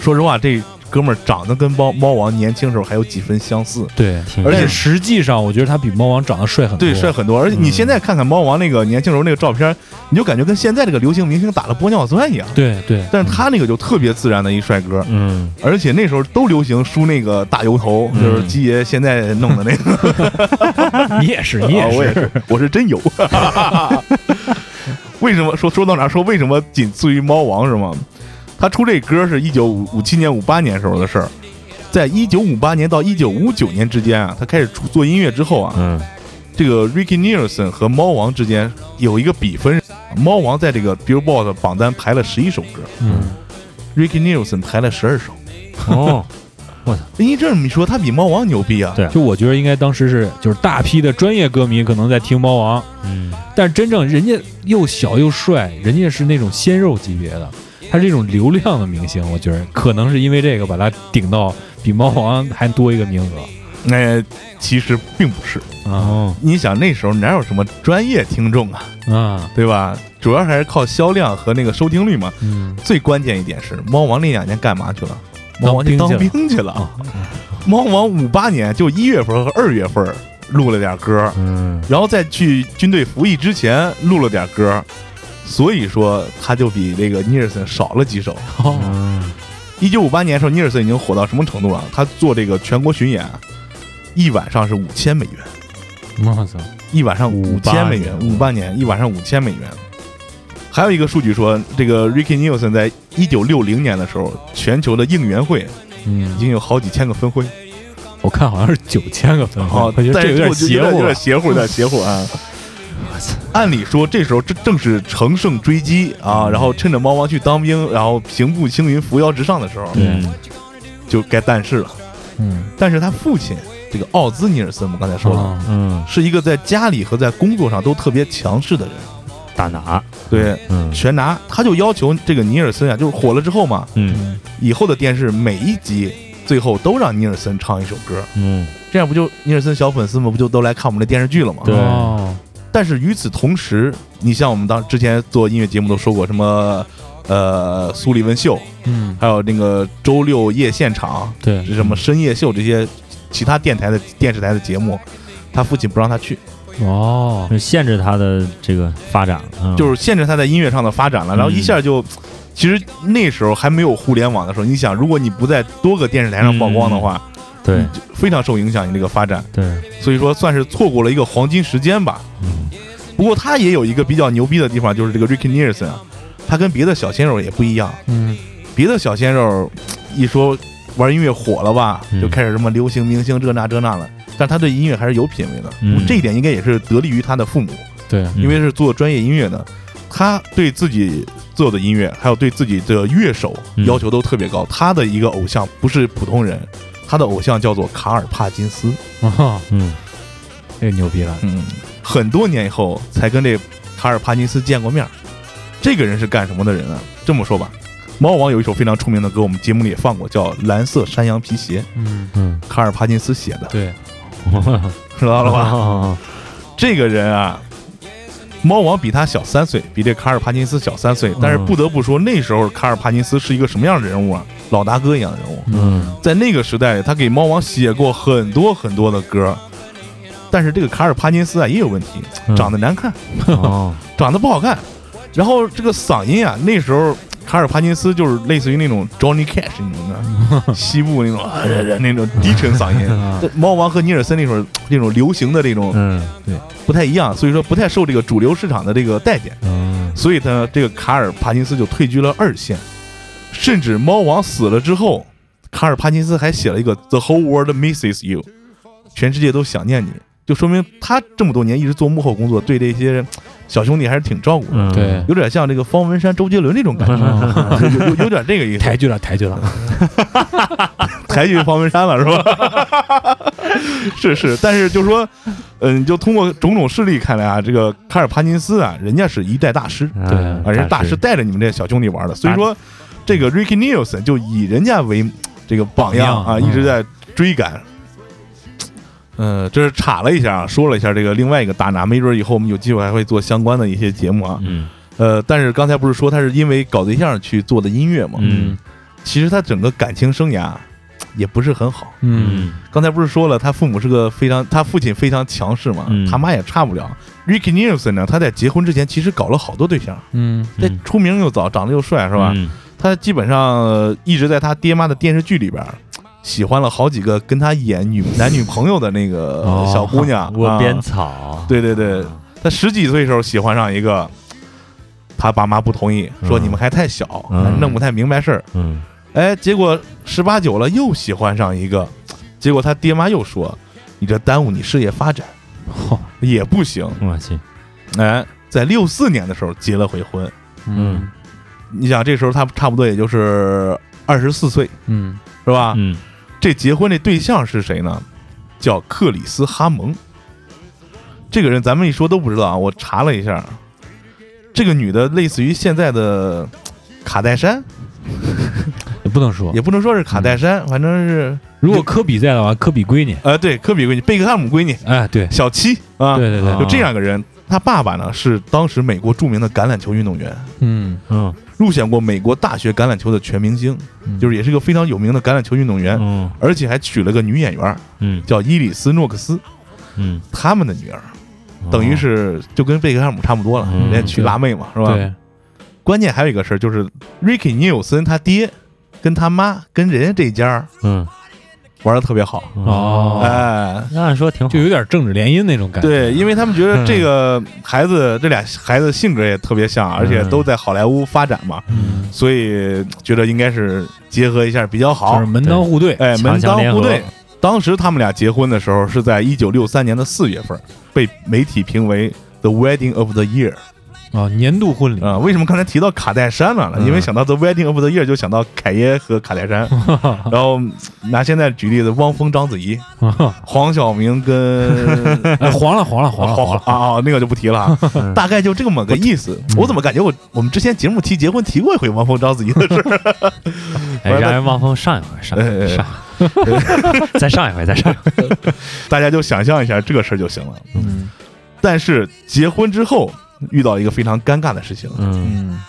Speaker 5: 说实话，这哥们儿长得跟猫猫王年轻时候还有几分相似，
Speaker 6: 对，
Speaker 7: 挺
Speaker 5: 而
Speaker 6: 但
Speaker 5: 且
Speaker 6: 是实际上我觉得他比猫王长得帅很多，
Speaker 5: 对，帅很多。而且你现在看看猫王那个年轻时候那个照片，你就感觉跟现在这个流行明星打了玻尿酸一样。
Speaker 6: 对对，
Speaker 5: 但是他那个就特别自然的一帅哥，
Speaker 7: 嗯
Speaker 5: 而且那时候都流行梳那个大油头，
Speaker 7: 嗯
Speaker 5: 就是基爷现在弄的那个。
Speaker 6: 你也是，你
Speaker 5: 啊
Speaker 6: 也
Speaker 5: 我也
Speaker 6: 是，
Speaker 5: 是，我是 真有。为什么说说到哪儿说为什么仅次于猫王是吗？他出这歌是一九五五七年、五八年时候的事儿，在一九五八年到一九五九年之间啊，他开始出做音乐之后啊，
Speaker 7: 嗯
Speaker 5: 这个 Ricky Nielsen 和猫王之间有一个比分，猫王在这个 Billboard 榜单排了十一首歌
Speaker 6: 嗯，
Speaker 5: ，Ricky Nielsen 排了十二首。
Speaker 7: 哦，
Speaker 5: 你这么一说，他比猫王牛逼啊！
Speaker 7: 对
Speaker 6: 就我觉得应该当时是就是大批的专业歌迷可能在听猫王，
Speaker 7: 嗯
Speaker 6: 但真正人家又小又帅，人家是那种鲜肉级别的，他是这种流量的明星，我觉得可能是因为这个把他顶到比猫王还多一个名额
Speaker 5: 那、哎其实并不是。
Speaker 6: 啊
Speaker 7: 哦
Speaker 5: 你想那时候哪有什么专业听众啊？
Speaker 6: 啊
Speaker 5: 对吧？主要还是靠销量和那个收听率嘛。
Speaker 6: 嗯
Speaker 5: 最关键一点是，猫王那两年干嘛去了？猫王去
Speaker 6: 当
Speaker 5: 当
Speaker 6: 兵去了
Speaker 5: 兵去了。
Speaker 6: 啊
Speaker 5: 猫王五八年就一月份和二月份录了点歌，
Speaker 7: 嗯
Speaker 5: 然后在去军队服役之前录了点歌，所以说他就比那个尼尔森少了几首。
Speaker 6: 哦
Speaker 7: 嗯
Speaker 5: 一九五八年的时候，尼尔森已经火到什么程度了？他做这个全国巡演，一晚上是五千美元。
Speaker 6: 我操
Speaker 5: 一晚上五
Speaker 7: 58
Speaker 5: 千美元，五
Speaker 7: 年
Speaker 5: 八年一晚上五千美元。还有一个数据说，这个 Ricky Nielsen 在一九六零年的时候，全球的应援会已
Speaker 6: 嗯，
Speaker 5: 经有好几千个分会。
Speaker 6: 我看好像是九千个分
Speaker 5: 哦
Speaker 6: 红，我觉得
Speaker 5: 但
Speaker 6: 这
Speaker 5: 是
Speaker 6: 有
Speaker 5: 我
Speaker 6: 点
Speaker 5: 觉得
Speaker 6: 邪
Speaker 5: 有
Speaker 6: 乎
Speaker 5: 点
Speaker 6: 了。
Speaker 5: 邪乎，有点邪乎 啊！按理说，这时候正正是乘胜追击啊，然后趁着猫王去当兵，然后平步青云、扶摇直上的时候，
Speaker 7: 对，
Speaker 5: 就该但是了。
Speaker 6: 嗯，
Speaker 5: 但是他父亲这个奥兹尼尔森，我们刚才说了，
Speaker 6: 啊
Speaker 7: 嗯，
Speaker 5: 是一个在家里和在工作上都特别强势的人，
Speaker 7: 打拿，
Speaker 5: 对，
Speaker 7: 嗯
Speaker 5: 全拿。他就要求这个尼尔森啊，就是火了之后嘛，
Speaker 7: 嗯
Speaker 5: 以后的电视每一集最后都让尼尔森唱一首歌，
Speaker 7: 嗯，
Speaker 5: 这样不就尼尔森小粉丝们不就都来看我们的电视剧了吗？
Speaker 7: 对
Speaker 6: 哦
Speaker 5: 但是与此同时，你像我们当之前做音乐节目都说过什么，呃，苏利文秀，
Speaker 6: 嗯，
Speaker 5: 还有那个周六夜现场，
Speaker 6: 对，
Speaker 5: 什么深夜秀这些其他电台的电视台的节目，他父亲不让他去，
Speaker 6: 哦，
Speaker 7: 就限制他的这个发展，嗯
Speaker 5: 就是限制他在音乐上的发展了。然后一下就，其实那时候还没有互联网的时候，你想，如果你不在多个电视台上曝光的话，
Speaker 7: 嗯对
Speaker 5: 就非常受影响你这个发展。
Speaker 7: 对，
Speaker 5: 所以说算是错过了一个黄金时间吧。不过他也有一个比较牛逼的地方，就是这个 Ricky Nielsen 啊，他跟别的小鲜肉也不一样。
Speaker 6: 嗯，
Speaker 5: 别的小鲜肉一说玩音乐火了吧，
Speaker 7: 嗯
Speaker 5: 就开始什么流行明星这那这那了。但他对音乐还是有品位的，
Speaker 7: 嗯
Speaker 5: 这一点应该也是得力于他的父母，
Speaker 6: 对，
Speaker 7: 嗯
Speaker 5: 因为是做专业音乐的，他对自己做的音乐还有对自己的乐手
Speaker 7: 嗯
Speaker 5: 要求都特别高。他的一个偶像不是普通人，他的偶像叫做卡尔帕金斯。
Speaker 6: 哦，
Speaker 7: 嗯
Speaker 6: 这个牛逼了，
Speaker 5: 嗯，很多年以后才跟这卡尔帕金斯见过面儿。这个人是干什么的人啊？这么说吧，猫王有一首非常出名的歌，我们节目里也放过，叫《蓝色山羊皮鞋
Speaker 6: 嗯，
Speaker 7: 嗯，》，
Speaker 5: 卡尔帕金斯写的，
Speaker 6: 对，
Speaker 5: 知道了吧？
Speaker 7: 吧？
Speaker 5: 这个人啊，猫王比他小三岁，比这卡尔帕金斯小三岁，但是不得不说，那时候卡尔帕金斯是一个什么样的人物啊？老大哥一样的人物。
Speaker 7: 嗯
Speaker 5: 在那个时代，他给猫王写过很多很多的歌，但是这个卡尔帕金斯啊也有问题，
Speaker 7: 嗯
Speaker 5: 长得难看。
Speaker 7: 哦，
Speaker 5: 长得不好看，然后这个嗓音啊，那时候卡尔帕金斯就是类似于那种 Johnny Cash 那种的，西部那种、啊、那种低沉嗓音。
Speaker 6: 啊，
Speaker 5: 这猫王和尼尔森那种那种流行的这种
Speaker 7: 嗯
Speaker 5: 不太一样，所以说不太受这个主流市场的这个待见，
Speaker 7: 嗯
Speaker 5: 所以呢，这个卡尔帕金斯就退居了二线，甚至猫王死了之后，卡尔帕金斯还写了一个 The whole world misses you，全世界都想念你，就说明他这么多年一直做幕后工作，对这些小兄弟还是挺照顾的。
Speaker 7: 嗯，
Speaker 6: 对，
Speaker 5: 有点像这个方文山、周杰伦这种感觉，有有有点这个意思。
Speaker 6: 抬举了，抬举了，
Speaker 5: 抬举方文山了是吧？是是，但是就说，嗯，就通过种种事例看来啊，这个卡尔帕金斯啊，人家是一代大师，
Speaker 7: 啊
Speaker 6: 对
Speaker 5: 啊，人家大师带着你们这小兄弟玩的，所以说这个 Ricky Nielsen 就以人家为这个榜样啊，
Speaker 6: 榜样
Speaker 5: 一直在追赶。嗯，这是岔了一下啊，说了一下这个另外一个大拿，没准以后我们有机会还会做相关的一些节目啊。
Speaker 7: 嗯
Speaker 5: 呃，但是刚才不是说他是因为搞对象去做的音乐吗？
Speaker 7: 嗯
Speaker 5: 其实他整个感情生涯也不是很好。
Speaker 6: 嗯，
Speaker 7: 嗯
Speaker 5: 刚才不是说了，他父母是个非常，他父亲非常强势嘛，
Speaker 7: 嗯
Speaker 5: 他妈也差不了。Ricky Nielsen 呢，他在结婚之前其实搞了好多对象，
Speaker 6: 嗯，
Speaker 5: 这
Speaker 7: 嗯
Speaker 5: 出名又早，长得又帅，是吧？
Speaker 7: 嗯
Speaker 5: 他基本上呃一直在他爹妈的电视剧里边。喜欢了好几个跟他演女男女朋友的那个
Speaker 6: 哦
Speaker 5: 小 姑娘，
Speaker 7: 窝边
Speaker 5: 啊
Speaker 7: 草，
Speaker 5: 对对对，他十几岁的时候喜欢上一个，他爸妈不同意，说
Speaker 7: 嗯
Speaker 5: 你们还太小，
Speaker 7: 嗯
Speaker 5: 还弄不太明白事儿。
Speaker 7: 嗯
Speaker 5: 哎，结果十八九了又喜欢上一个，结果他爹妈又说你这耽误你事业发展
Speaker 6: 嚯，
Speaker 5: 也不行。
Speaker 7: 我去，
Speaker 5: 哎，在六四年的时候结了回婚，
Speaker 6: 嗯
Speaker 5: 你想这时候他差不多也就是二十四岁，
Speaker 6: 嗯，
Speaker 5: 是吧？
Speaker 7: 嗯
Speaker 5: 这结婚这对象是谁呢？叫克里斯哈蒙。这个人咱们一说都不知道啊，我查了一下，这个女的类似于现在的卡戴珊，
Speaker 6: 也不能说，
Speaker 5: 也不能说是卡戴珊，反正是
Speaker 6: 如果科比在的话，科比闺女，
Speaker 5: 呃，对，科比闺女，贝克汉姆闺女，
Speaker 6: 哎，对，
Speaker 5: 小七啊，
Speaker 6: 对对
Speaker 5: 就
Speaker 6: 对，
Speaker 5: 这样一个人。他爸爸呢是当时美国著名的橄榄球运动员，
Speaker 6: 嗯，
Speaker 7: 嗯
Speaker 5: 入选过美国大学橄榄球的全明星，
Speaker 6: 嗯
Speaker 5: 就是也是一个非常有名的橄榄球运动员，
Speaker 7: 嗯
Speaker 5: 而且还娶了个女演员，
Speaker 7: 嗯
Speaker 5: 叫伊里斯诺克斯，
Speaker 7: 嗯，
Speaker 5: 他们的女儿。
Speaker 6: 哦
Speaker 5: 等于是就跟贝克汉姆差不多了，
Speaker 7: 嗯
Speaker 5: 人家娶辣妹嘛，是吧？
Speaker 6: 对，
Speaker 5: 关键还有一个事儿，就是 Ricky 尼尔森他爹跟他妈跟人家这家儿
Speaker 7: 嗯
Speaker 5: 玩的特别好，
Speaker 6: 哦，
Speaker 5: 哎，
Speaker 7: 那按说挺好
Speaker 6: 就，有点政治联姻那种感觉。
Speaker 5: 对，因为他们觉得这
Speaker 7: 嗯
Speaker 5: 个孩子，这俩孩子性格也特别像，而且都在好莱坞发展嘛，
Speaker 6: 嗯，
Speaker 5: 所以觉得应该是结合一下比较
Speaker 6: 就
Speaker 5: 好
Speaker 6: 是。门当户对。
Speaker 5: 哎，门
Speaker 7: 强强
Speaker 5: 当
Speaker 7: 联
Speaker 5: 户
Speaker 7: 合
Speaker 5: 对。当时他们俩结婚的时候是在一九六三年的四月份，被媒体评为 The Wedding of the Year
Speaker 6: 啊，年度婚礼
Speaker 7: 嗯
Speaker 5: 啊、为什么刚才提到卡戴珊了呢？因为想到 The Wedding of the Year 就想到凯耶和卡 戴珊，然后拿现在举例子，汪峰、章 子怡、黄晓明跟
Speaker 6: 哎，黄了，黄了， 黄
Speaker 5: 啊
Speaker 6: 了，
Speaker 5: 好
Speaker 6: 黄 了。
Speaker 5: 啊啊，那个就不提了啊，大概就这么个意思。我怎么感觉我我们之前节目提结婚提过一回王峰章子怡的事儿？
Speaker 7: 哎，让人望风上一回，上一回，
Speaker 5: 哎
Speaker 7: 上一回，再上一回，再上一回，
Speaker 5: 大家就想象一下这个事儿就行了。
Speaker 6: 嗯
Speaker 5: 但是结婚之后遇到一个非常尴尬的事情，
Speaker 7: 嗯，
Speaker 6: 嗯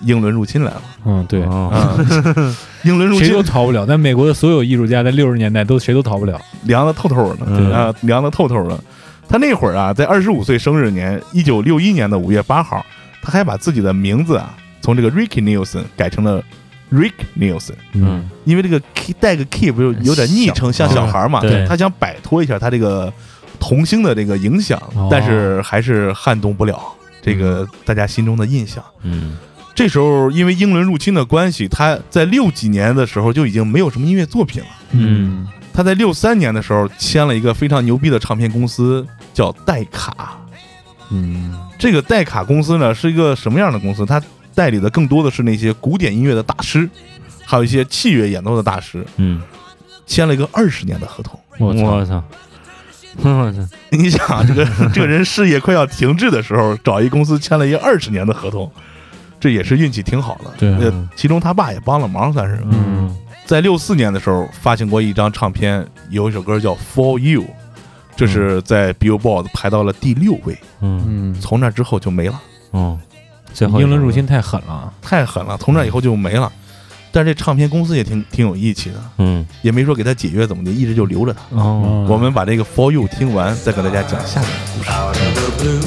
Speaker 5: 英伦入侵来了。
Speaker 6: 嗯，对，
Speaker 7: 哦，
Speaker 5: 啊， 英伦入
Speaker 6: 谁
Speaker 5: 侵
Speaker 6: 都逃不了。但美国的所有艺术家在六十年代都谁都逃不了。
Speaker 5: 凉的透透的，
Speaker 7: 嗯
Speaker 5: 啊，凉的透透的。他那会儿啊，在二十五岁生日年，一九六一年的五月八号，他还把自己的名字啊，从这个 Ricky Nielsen 改成了 Rick Nielsen。
Speaker 7: 嗯，
Speaker 5: 因为这个 key 带个 key 不是有点昵称，
Speaker 7: 小
Speaker 5: 像小孩儿嘛，
Speaker 7: 对
Speaker 5: 他想摆脱一下他这个童星的这个影响
Speaker 6: 哦，
Speaker 5: 但是还是撼动不了这个大家心中的印象。
Speaker 7: 嗯，
Speaker 5: 这时候，因为英伦入侵的关系，他在六几年的时候就已经没有什么音乐作品了。
Speaker 7: 嗯，
Speaker 5: 他在六三年的时候签了一个非常牛逼的唱片公司，叫戴卡。
Speaker 6: 嗯
Speaker 5: 这个戴卡公司呢是一个什么样的公司？它代理的更多的是那些古典音乐的大师，还有一些器乐演奏的大师，
Speaker 7: 嗯，
Speaker 5: 签了一个二十年的合同。
Speaker 6: 我操
Speaker 7: 我操，我操，
Speaker 5: 你想啊这个 这个人事业快要停滞的时候，找一公司签了一二十年的合同，这也是运气挺好的。
Speaker 6: 对啊
Speaker 5: 呃，其中他爸也帮了忙，算是
Speaker 7: 嗯，
Speaker 5: 在六四年的时候发行过一张唱片，有一首歌叫《For You》，这是在 Billboard 排到了第六位，
Speaker 7: 嗯，
Speaker 6: 嗯，
Speaker 5: 从那之后就没了，
Speaker 7: 哦，最后一
Speaker 6: 英伦
Speaker 7: 首
Speaker 6: 入
Speaker 7: 歌
Speaker 6: 侵，太狠了。
Speaker 5: 太狠了，从那以后就没了。但是这唱片公司也挺挺有义气的，
Speaker 7: 嗯，
Speaker 5: 也没说给他解约怎么的，一直就留着他。
Speaker 7: 哦，
Speaker 5: 我们把这个《For You》听完，再给大家讲下面。
Speaker 8: out of the blue.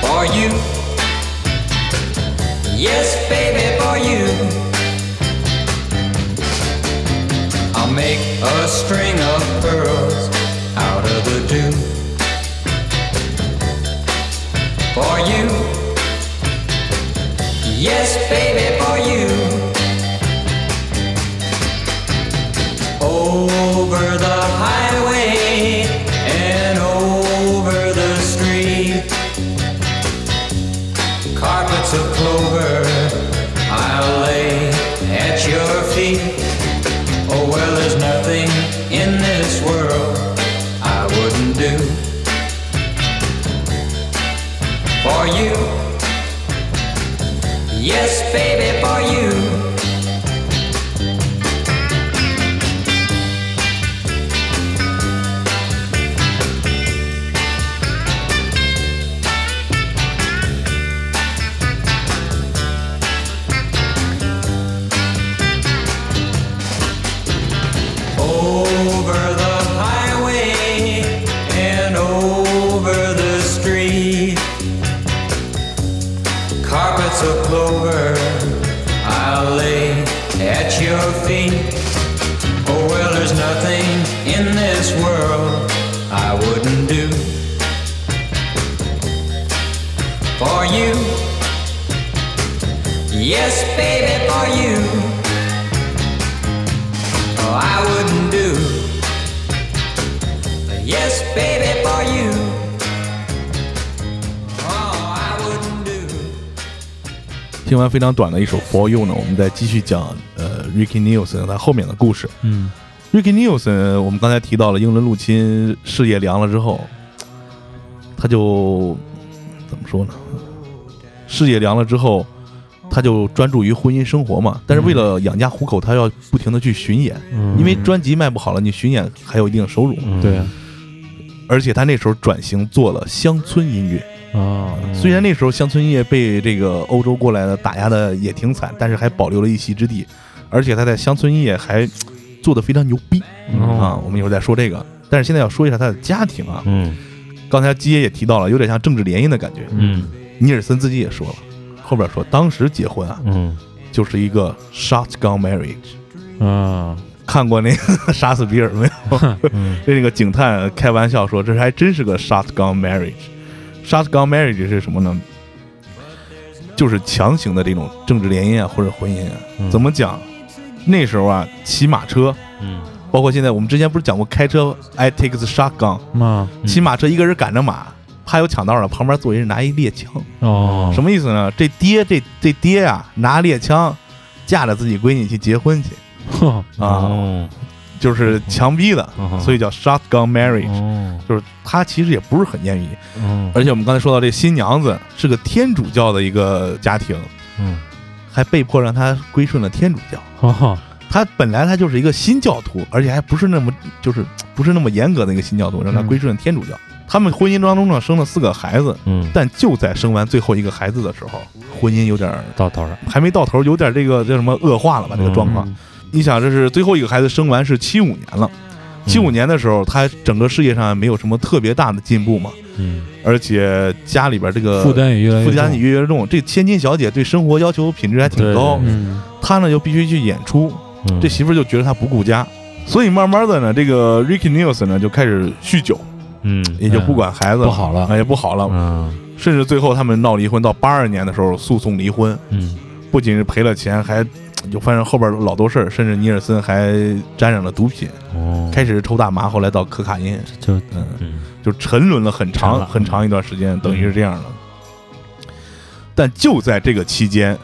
Speaker 8: For you, yes, baby, for you. I'll make a string of pearls out of the dew. For you, yes, baby, for you. over the highway and over the street. Carpets of clover I'll lay at your feet. Oh, well, there's nothing in this world I wouldn't do for you. Yes, baby, for you. over the highway and over the street. Carpets of clover I'll lay at your feet. Oh, well, there's nothing in this world I wouldn't do for you. Yes, baby, for you. Oh, I wouldn't do. Yes, baby, for you. Oh, I wouldn't do.
Speaker 5: 听完非常短的一首《For You》呢，我们再继续讲呃 Ricky Nielsen 他后面的故事。
Speaker 7: 嗯
Speaker 5: ，Ricky Nielsen 我们刚才提到了英伦入侵事业凉了之后，他就怎么说呢？事业凉了之后，他就专注于婚姻生活嘛。但是为了养家糊口，他要不停的去巡演，因为专辑卖不好了，你巡演还有一定收入。
Speaker 7: 嗯
Speaker 6: 对
Speaker 5: 而且他那时候转型做了乡村音乐，
Speaker 6: 啊，
Speaker 5: 虽然那时候乡村音乐被这个欧洲过来的打压的也挺惨，但是还保留了一席之地，而且他在乡村音乐还嘖做的非常牛逼、
Speaker 7: 哦
Speaker 5: 啊！我们一会儿再说这个，但是现在要说一下他的家庭啊。
Speaker 7: 嗯
Speaker 5: 刚才基爷也提到了，有点像政治联姻的感觉。
Speaker 7: 嗯
Speaker 5: 尼尔森自己也说了，后边说当时结婚啊
Speaker 7: 嗯
Speaker 5: 就是一个 shotgun marriage，
Speaker 7: 嗯，
Speaker 5: 看过那个 杀死比尔没有？被那个警探开玩笑说，这还真是个 shotgun marriage。shotgun marriage 是什么呢？就是强行的这种政治联姻啊，或者婚姻啊。
Speaker 7: 嗯
Speaker 5: 怎么讲？那时候啊，骑马车，
Speaker 7: 嗯
Speaker 5: 包括现在，我们之前不是讲过开车，I take the shotgun，
Speaker 6: 啊
Speaker 7: 嗯
Speaker 5: 骑马车一个人赶着马，怕有抢道了，旁边坐一人拿一猎枪，
Speaker 6: 哦，
Speaker 5: 什么意思呢？这爹这这爹呀、拿猎枪架着自己闺女去结婚去
Speaker 6: 么
Speaker 5: 啊，
Speaker 7: 哦
Speaker 5: 就是强逼的，
Speaker 7: 哦
Speaker 5: 所以叫 shotgun marriage，
Speaker 7: 哦
Speaker 5: 就是他其实也不是很艳遇，
Speaker 7: 嗯
Speaker 5: 而且我们刚才说到这新娘子是个天主教的一个家庭，
Speaker 7: 嗯
Speaker 5: 还被迫让她归顺了天主教。
Speaker 6: 哦
Speaker 5: 她本来她就是一个新教徒，而且还不是那么就是不是那么严格的一个新教徒，让她归顺了天主教。他们婚姻当中呢生了四个孩子，
Speaker 7: 嗯，
Speaker 5: 但就在生完最后一个孩子的时候，婚姻有点儿
Speaker 7: 到头了，
Speaker 5: 还没到头，有点这个叫什么恶化了吧？这个状况，
Speaker 6: 嗯
Speaker 5: 你想，这是最后一个孩子生完是七五年了，七
Speaker 7: 嗯
Speaker 5: 五年的时候，他整个事业上没有什么特别大的进步嘛，
Speaker 7: 嗯
Speaker 5: 而且家里边这个
Speaker 6: 负担也越来越
Speaker 5: 负担也
Speaker 6: 重
Speaker 5: 越来越重。这千金小姐对生活要求品质还挺高
Speaker 7: 对，
Speaker 6: 嗯
Speaker 5: 她呢就必须去演出，
Speaker 7: 嗯
Speaker 5: 这媳妇儿就觉得她不顾家。所以慢慢的呢，这个 Ricky Nielsen 呢就开始酗酒，
Speaker 7: 嗯
Speaker 5: 也就不管孩子了，
Speaker 6: 不好了
Speaker 5: 啊也不好了，
Speaker 7: 嗯
Speaker 5: 甚至最后他们闹离婚，到八二年的时候诉讼离婚，
Speaker 7: 嗯
Speaker 5: 不仅是赔了钱，还就反正后边老多事儿，甚至尼尔森还沾染了毒品，
Speaker 7: 哦，
Speaker 5: 开始抽大麻，后来到可卡因，
Speaker 7: 就
Speaker 5: 嗯，
Speaker 7: 嗯
Speaker 5: 就沉沦了很
Speaker 7: 沉
Speaker 5: 长
Speaker 7: 了
Speaker 5: 很长一段时
Speaker 6: 嗯
Speaker 5: 间，等于是这样了。但就在这个期间，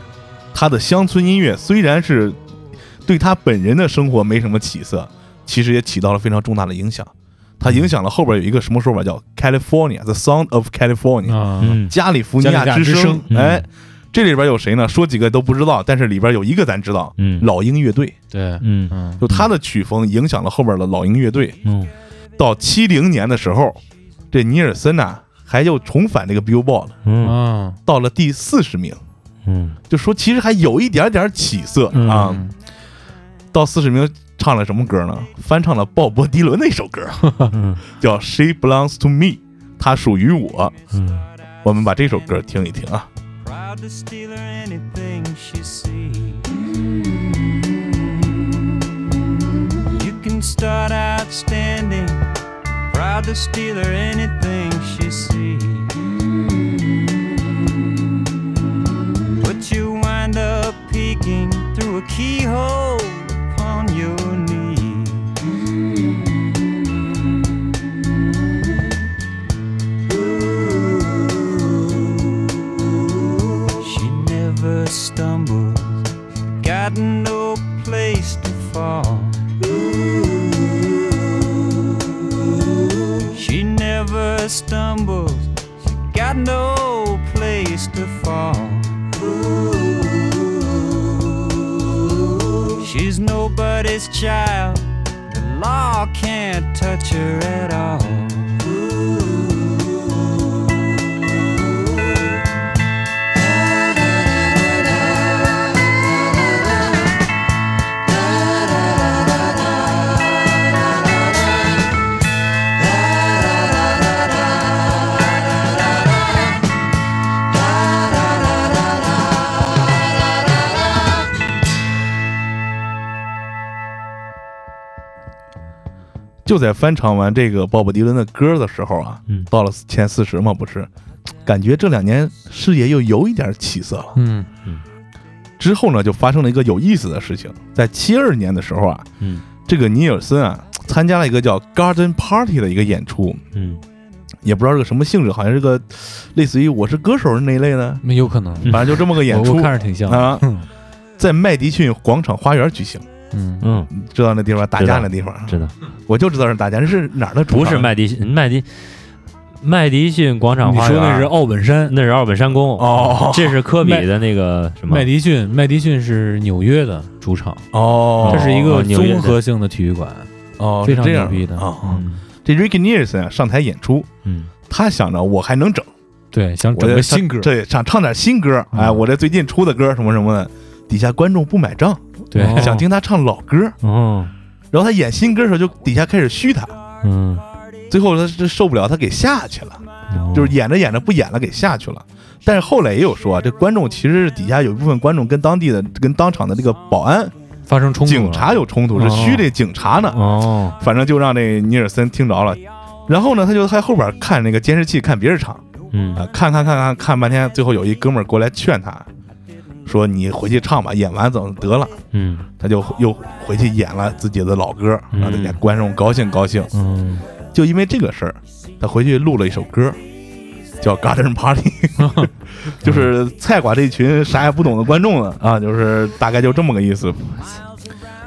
Speaker 5: 他的乡村音乐虽然是对他本人的生活没什么起色，其实也起到了非常重大的影响。他影响了后边有一个什么说法叫 California，The Sound of California，
Speaker 6: 啊
Speaker 7: 嗯
Speaker 5: 加利福尼亚之
Speaker 6: 加利福尼亚之
Speaker 5: 声
Speaker 6: 声。
Speaker 7: 嗯
Speaker 5: 哎，这里边有谁呢？说几个都不知道，但是里边有一个咱知道，
Speaker 7: 嗯
Speaker 5: 老鹰乐队，
Speaker 6: 对
Speaker 7: 嗯
Speaker 6: 嗯
Speaker 5: 就他的曲风影响了后边的老鹰乐队。
Speaker 7: 嗯
Speaker 5: 到七零年的时候，这尼尔森呐、还又重返这个 Billboard，了
Speaker 7: 嗯
Speaker 6: 啊
Speaker 5: 到了第四十名，
Speaker 7: 嗯
Speaker 5: 就说其实还有一点点起色
Speaker 7: 嗯
Speaker 5: 啊。到四十名唱了什么歌呢？翻唱了鲍勃迪伦那首歌，
Speaker 7: 嗯
Speaker 5: 叫《She Belongs to Me》，她属于我。
Speaker 7: 嗯
Speaker 5: 我们把这首歌听一听啊。
Speaker 1: proud to steal her anything she sees. You can start outstanding, proud to steal her anything she sees. But you wind up peeking through a keyhole upon your knee. She never stumbles, got no place to fall. She never stumbles, she got no place to fall. She's nobody's child, the law can't touch her at all.
Speaker 5: 就在翻唱完这个鲍勃迪伦的歌的时候啊，
Speaker 7: 嗯
Speaker 5: 到了前四十嘛，不是，感觉这两年事业又有一点起色了。
Speaker 6: 嗯
Speaker 5: 之后呢，就发生了一个有意思的事情，在七二年的时候啊，
Speaker 7: 嗯
Speaker 5: 这个尼尔森啊参加了一个叫 Garden Party 的一个演出，
Speaker 7: 嗯
Speaker 5: 也不知道是个什么性质，好像是个类似于《我是歌手》那一类的，
Speaker 6: 那有可能
Speaker 7: 嗯
Speaker 5: 反正就这么个演
Speaker 6: 我
Speaker 5: 出
Speaker 6: 我看着挺像
Speaker 5: 啊，
Speaker 6: 嗯
Speaker 5: 在麦迪逊广场花园举行，
Speaker 6: 嗯
Speaker 7: 嗯，
Speaker 5: 知道那地方打架那地方啊，
Speaker 7: 知道
Speaker 5: 我就知道是打架，这是哪儿的主
Speaker 7: 不
Speaker 5: 场？
Speaker 7: 是麦迪逊麦迪麦迪逊广场
Speaker 6: 你
Speaker 7: 花园，
Speaker 6: 说那是奥本山
Speaker 7: 那是奥本山宫，
Speaker 5: 哦
Speaker 7: 这是科比的那个什么
Speaker 6: 麦迪逊，麦迪逊是纽约的主场，
Speaker 5: 哦，
Speaker 6: 这是一个
Speaker 7: 纽约的
Speaker 6: 综合性的体育馆。
Speaker 5: 哦，
Speaker 6: 非常
Speaker 5: 是这样
Speaker 6: 牛逼的
Speaker 5: 啊。哦
Speaker 7: 嗯
Speaker 5: 这 Ricky Nielsen 啊上台演出，
Speaker 7: 嗯
Speaker 5: 他想着我还能整，
Speaker 6: 对，想
Speaker 5: 我
Speaker 6: 整
Speaker 5: 得
Speaker 6: 个新歌嗯
Speaker 5: 唱，对，想唱点新歌，哎，我这最近出的歌什么什么的，底下观众不买账，
Speaker 6: 对，
Speaker 7: 哦
Speaker 5: 想听他唱老歌。
Speaker 7: 哦
Speaker 5: 然后他演新歌的时候，就底下开始嘘他，
Speaker 7: 嗯，
Speaker 5: 最后他这受不了，他给下去了，
Speaker 7: 哦
Speaker 5: 就是演着演着不演了，给下去了。但是后来也有说啊，这观众其实是底下有一部分观众跟当地的、跟当场的这个保安
Speaker 6: 发生冲突了，
Speaker 5: 警察有冲突，是虚这警察呢。
Speaker 6: 哦，
Speaker 5: 反正就让那尼尔森听着了，然后呢，他就在后边看那个监视器，看别人场
Speaker 7: 嗯
Speaker 5: 啊、看看看看看半天，最后有一哥们儿过来劝他，说你回去唱吧，演完怎么得了？
Speaker 7: 嗯
Speaker 5: 他就又回去演了自己的老歌，
Speaker 7: 嗯
Speaker 5: 让大家观众高兴高兴。
Speaker 7: 嗯，
Speaker 5: 就因为这个事儿，他回去录了一首歌，叫《Garden Party》，就是菜馆这群啥也不懂的观众呢啊，就是大概就这么个意思。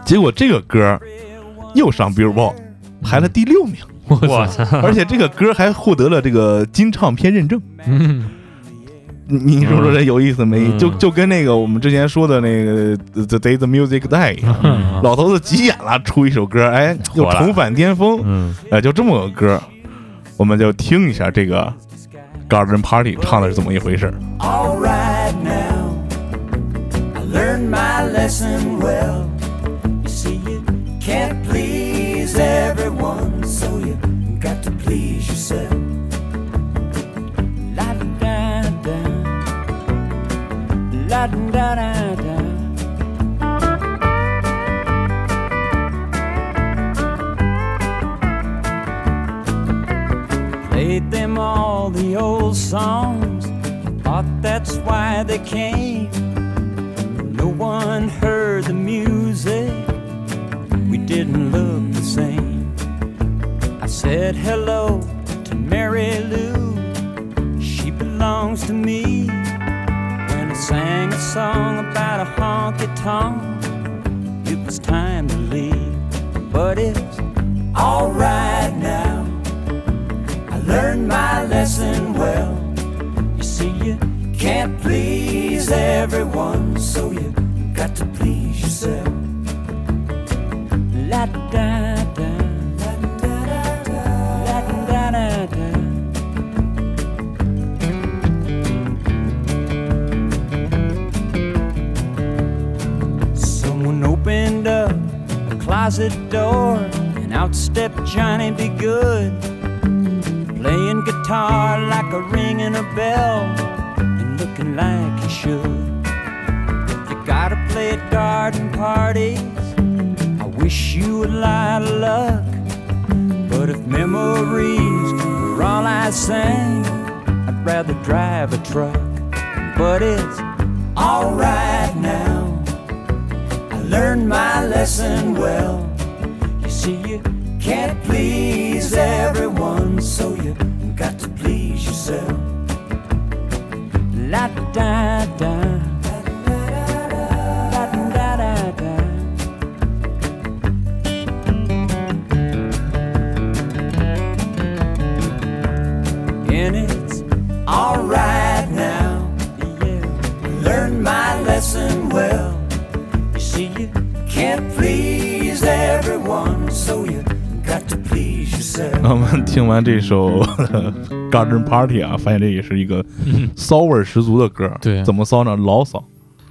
Speaker 5: 结果这个歌又上 Billboard，排了第六名，
Speaker 7: 我操，
Speaker 5: 而且这个歌还获得了这个金唱片认证。
Speaker 6: 嗯，
Speaker 5: 你你说说这有意思没？
Speaker 7: 嗯
Speaker 5: 就就跟那个我们之前说的那个《The Day the Music Die》一样，
Speaker 7: 嗯
Speaker 5: 老头子急眼了，出一首歌， 哎，又
Speaker 7: 火了
Speaker 5: 重返巅峰，
Speaker 7: 嗯
Speaker 5: 哎，就这么个歌，我们就听一下这个 Garden Party 唱的是怎么一回事。
Speaker 8: All right now, I learned my lesson well. You see, you can't please everyone, so you got to please yourself. La da da da, la da da da. Played them all the old songs. Thought that's why they came. No one heard the music. We didn't look the same. I said hello to Mary Lou. She belongs to me. When I sang a song about a honky tonk, it was time to leave. But it's alright now. I learned my lesson well. You see, you can't please everyone, so you got to please yourself. La da da, la da da da, la da da da. Someone opened up a closet door, and out stepped Johnny Be Good playing guitar like a ring in a bell and looking like you should. You gotta play at garden parties. I wish you would lie to luck, but if memories were all I sang, I'd rather drive a truck. But it's alright now. I learned my lesson well. You see, you can't please everyone, so you got to please yourself. La da da. La da da da. And it's alright now. Yeah. Learned my lesson well. You see, you can't please everyone, so you got to please yourself.
Speaker 5: 我们听完这首
Speaker 6: 嗯
Speaker 5: Garden Party 啊，发现这也是一个骚味儿十足的歌。
Speaker 6: 对
Speaker 5: 怎么骚呢？老骚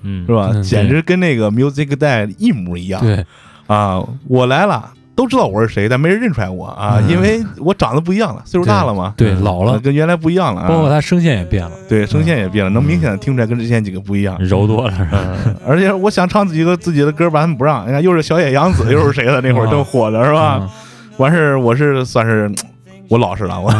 Speaker 7: 嗯
Speaker 5: 是吧？
Speaker 6: 嗯
Speaker 5: 简直跟那个 Music Day 一模一样。
Speaker 6: 对，
Speaker 5: 啊，我来了，都知道我是谁，但没人认出来我啊，因为我长得不一样了，岁数大了嘛，
Speaker 6: 嗯对，老
Speaker 5: 啊
Speaker 6: 了，
Speaker 5: 跟原来不一样了
Speaker 6: 包括
Speaker 5: 啊。
Speaker 6: 他声线也变了，
Speaker 5: 对，声线也变了，能明显的听出来跟之前几个不一样。
Speaker 7: 柔多了是吧？
Speaker 6: 嗯
Speaker 5: 而且我想唱自己的自己的歌吧，他们不让。你看，又是小野洋子，又是谁的？那
Speaker 6: 哦
Speaker 5: 会儿正火着是
Speaker 6: 嗯
Speaker 5: 吧？完事儿我是算是我老实了，我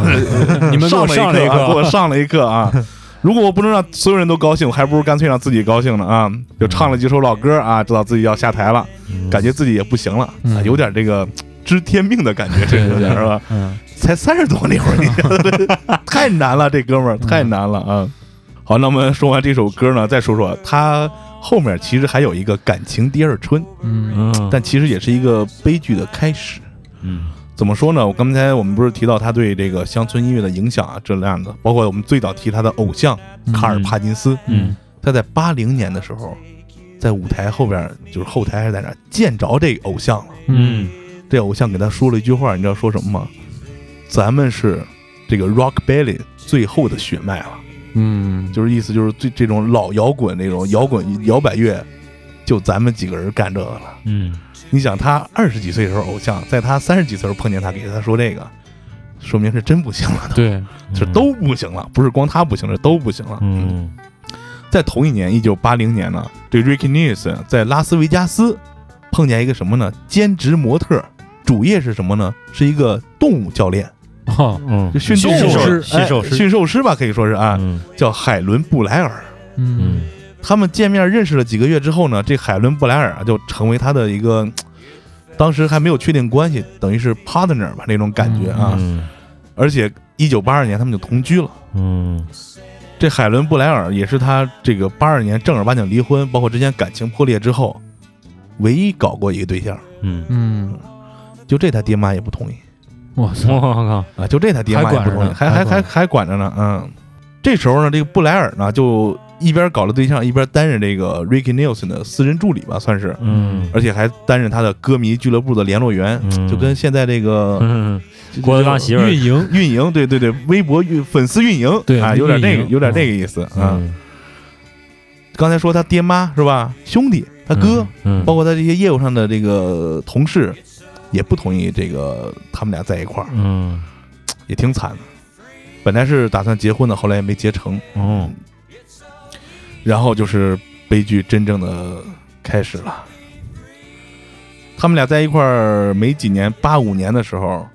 Speaker 6: 你们给
Speaker 5: 嗯上
Speaker 6: 我
Speaker 5: 了
Speaker 6: 上了一
Speaker 5: 一课啊，给
Speaker 6: 课
Speaker 5: 我上了一课啊！ 如果我不能让所有人都高兴，我还不如干脆让自己高兴呢啊！就唱了几首老歌啊，知道自己要下台了，
Speaker 7: 嗯
Speaker 5: 感觉自己也不行了啊，
Speaker 6: 嗯
Speaker 5: 有点这个知天命的感觉，这有点是吧？
Speaker 6: 嗯，
Speaker 5: 才三十多那会儿，你觉 得太难了，这哥们
Speaker 6: 嗯
Speaker 5: 儿太难了啊！好，那我们说完这首歌呢，再说说他后面其实还有一个《感情第二春》，
Speaker 6: 嗯
Speaker 7: 嗯
Speaker 5: 但其实也是一个悲剧的开始。
Speaker 7: 嗯
Speaker 5: 怎么说呢？我刚才我们不是提到他对这个乡村音乐的影响啊，这那样的，包括我们最早提他的偶像
Speaker 6: 嗯
Speaker 5: 卡尔帕金斯，
Speaker 7: 嗯
Speaker 5: 他在八零年的时候，在舞台后边就是后台还是在那儿见着这偶像了。
Speaker 7: 嗯
Speaker 5: 这偶像给他说了一句话，你知道说什么吗？咱们是这个 rock belly 最后的血脉了，
Speaker 6: 嗯，
Speaker 5: 就是意思就是最这种老摇滚那种摇滚摇摆乐，就咱们几个人干这个了。
Speaker 7: 嗯
Speaker 5: 你想他二十几岁的时候偶像，在他三十几岁的时候碰见他，给他说这个，说明是真不行了，
Speaker 6: 对，
Speaker 5: 是都不行了，不是光他不行，是都不行了。
Speaker 7: 嗯
Speaker 5: 在同一年，一九八零年呢，这 Ricky Nelson 在拉斯维加斯碰见一个什么呢？兼职模特，主业是什么呢？是一个动物教练，
Speaker 6: 哦，
Speaker 7: 嗯
Speaker 5: 就训
Speaker 6: 驯
Speaker 5: 动
Speaker 6: 兽
Speaker 5: 物
Speaker 6: 师
Speaker 5: 哎
Speaker 7: 驯兽师
Speaker 5: 驯兽师吧，可以说是啊，
Speaker 7: 嗯
Speaker 5: 叫海伦布莱尔。
Speaker 6: 嗯，
Speaker 7: 嗯
Speaker 5: 他们见面认识了几个月之后呢，这海伦布莱尔啊就成为他的一个，当时还没有确定关系，等于是 partner 吧那种感觉啊。
Speaker 7: 嗯
Speaker 5: 而且一九八二年他们就同居了。
Speaker 7: 嗯
Speaker 5: 这海伦布莱尔也是他这个八二年正儿八经离婚，包括之前感情破裂之后，唯一搞过一个对象。
Speaker 7: 嗯，
Speaker 6: 嗯，
Speaker 5: 就这他爹妈也不同意
Speaker 6: 哇塞，
Speaker 7: 我靠，
Speaker 5: 啊，就这他爹妈也不同意，还
Speaker 6: 还管着呢
Speaker 5: 还还还管着呢，嗯。这时候呢，这个布莱尔呢就一边搞了对象，一边担任这个 Ricky Nielsen 的私人助理吧，算是，
Speaker 7: 嗯
Speaker 5: 而且还担任他的歌迷俱乐部的联络员，
Speaker 7: 嗯
Speaker 5: 就跟现在这个
Speaker 7: 嗯，
Speaker 5: 就
Speaker 7: 郭德纲媳妇儿
Speaker 6: 运营，
Speaker 5: 运营，对对对，微博运粉丝运营，
Speaker 6: 对
Speaker 5: 啊，有点这个
Speaker 6: 运营
Speaker 5: 有点这个意思啊。
Speaker 7: 嗯
Speaker 5: 刚才说他爹妈是吧，兄弟，他哥，，
Speaker 7: 嗯
Speaker 5: 包括他这些业务上的这个同事，也不同意这个他们俩在一块儿，
Speaker 7: 嗯
Speaker 5: 也挺惨的。本来是打算结婚的，后来也没结成。
Speaker 7: 哦，
Speaker 5: 然后就是悲剧真正的开始了。他们俩在一块儿没几年，八五年的时候，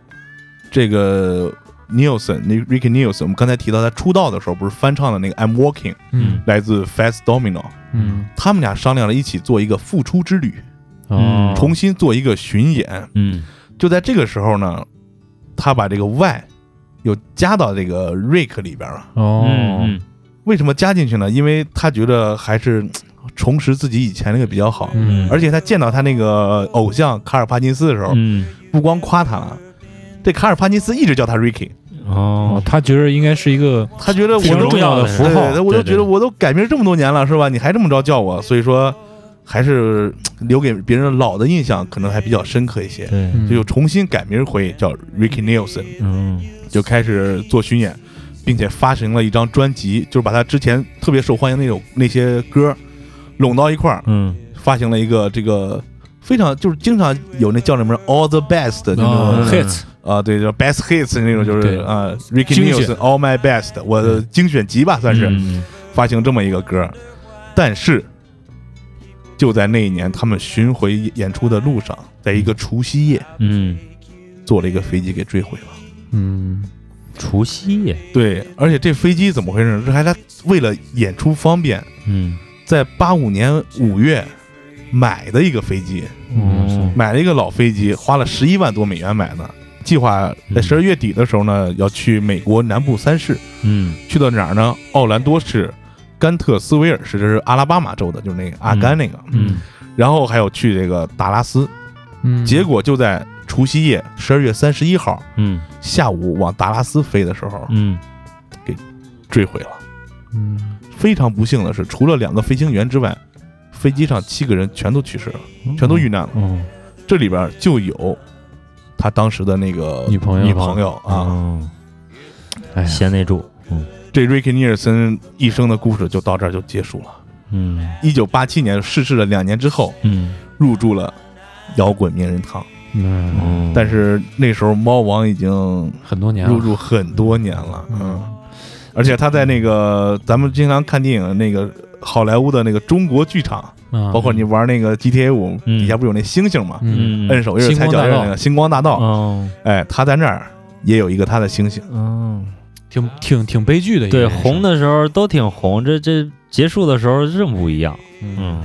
Speaker 5: 这个 Nielsen、那 Ricky Nielsen，我们刚才提到他出道的时候，不是翻唱的那个《I'm Walking》，
Speaker 6: 嗯
Speaker 5: 来自 Fast Domino。
Speaker 6: 嗯
Speaker 5: 他们俩商量了一起做一个复出之旅，
Speaker 7: 哦
Speaker 5: 嗯重新做一个巡演。
Speaker 7: 嗯
Speaker 5: 就在这个时候呢，他把这个 Y 又加到这个 Rick 里边了。
Speaker 6: 哦，
Speaker 7: 嗯
Speaker 5: 为什么加进去呢？因为他觉得还是嘖重拾自己以前那个比较好。
Speaker 6: 嗯
Speaker 5: 而且他见到他那个偶像卡尔帕金斯的时候，
Speaker 7: 嗯
Speaker 5: 不光夸他了，这卡尔帕金斯一直叫他 Ricky，嗯
Speaker 7: 哦
Speaker 6: 哦，，他觉得应该是一个
Speaker 5: 他觉得我
Speaker 7: 挺
Speaker 5: 都
Speaker 7: 重要的符
Speaker 5: 对
Speaker 7: 号
Speaker 5: 对，对我都
Speaker 7: 对对
Speaker 5: 觉得我都改名这么多年了，是吧？你还这么着叫我，所以说还是嘖留给别人老的印象可能还比较深刻一些。
Speaker 7: 对，
Speaker 5: 就
Speaker 6: 嗯
Speaker 5: 又重新改名回叫 Ricky Nielsen，
Speaker 7: 嗯
Speaker 5: 就开始做巡演，并且发行了一张专辑，就是把他之前特别受欢迎那种那些歌拢到一块儿，
Speaker 7: 嗯
Speaker 5: 发行了一个这个非常就是经常有那叫什么 All the Best 的那
Speaker 6: 哦
Speaker 5: 种
Speaker 6: hits
Speaker 5: 啊，对，叫 Best Hits 那种，就是
Speaker 6: 对
Speaker 5: 啊 Ricky
Speaker 6: 精选嗯
Speaker 5: Nielsen All My Best 我的精选集吧，算是发行这么一个歌，但是。就在那一年，他们巡回演出的路上，在一个除夕夜，
Speaker 7: 嗯，
Speaker 5: 坐了一个飞机给坠毁了。
Speaker 6: 嗯
Speaker 7: 除夕夜，
Speaker 5: 对，而且这飞机怎么回事？这还他为了演出方便，
Speaker 7: 嗯
Speaker 5: 在八五年五月买的一个飞机，
Speaker 7: 嗯
Speaker 5: 买了一个老飞机，花了十一万多美元买的。计划在十二月底的时候呢，要去美国南部三市，
Speaker 7: 嗯
Speaker 5: 去到哪儿呢？奥兰多市、甘特斯维尔市，这是阿拉巴马州的，就是那个阿甘那个。
Speaker 7: 嗯
Speaker 5: 然后还有去这个达拉斯。
Speaker 6: 嗯，
Speaker 5: 结果就在除夕夜，十二月三十一号
Speaker 7: 嗯
Speaker 5: 下午往达拉斯飞的时候
Speaker 7: 嗯
Speaker 5: 坠毁了。
Speaker 6: 嗯
Speaker 5: 非常不幸的是，除了两个飞行员之外，飞机上七个人全都去世了，全都遇难了。
Speaker 7: 嗯
Speaker 5: 这里边就有他当时的那个
Speaker 6: 女朋友
Speaker 5: 女朋友啊。
Speaker 7: 啊，
Speaker 6: 哎呀
Speaker 7: 贤内助，
Speaker 5: 这瑞克尼尔森一生的故事就到这儿就结束了。
Speaker 7: 嗯
Speaker 5: 一九八七年逝世了两年之后，
Speaker 7: 嗯
Speaker 5: 入住了摇滚名人堂。
Speaker 6: 嗯，
Speaker 7: 嗯，
Speaker 5: 但是那时候猫王已经
Speaker 6: 很多年
Speaker 5: 入
Speaker 6: 了，
Speaker 5: 住很多年了，嗯。
Speaker 6: 嗯
Speaker 5: 而且他在那个咱们经常看电影的那个好莱坞的那个中国剧场，嗯包括你玩那个 GTA 五
Speaker 7: 嗯
Speaker 5: 底下不是有那星星吗？
Speaker 6: 嗯
Speaker 7: 嗯
Speaker 5: 摁手印儿、踩脚印儿那个星光大道，
Speaker 7: 哦
Speaker 5: 哎，他在那儿也有一个他的星星，
Speaker 7: 嗯。
Speaker 6: 挺挺挺悲剧的一个
Speaker 7: 对，
Speaker 6: 人生，
Speaker 7: 红的时候都挺红，这这结束的时候真不一样。
Speaker 6: 嗯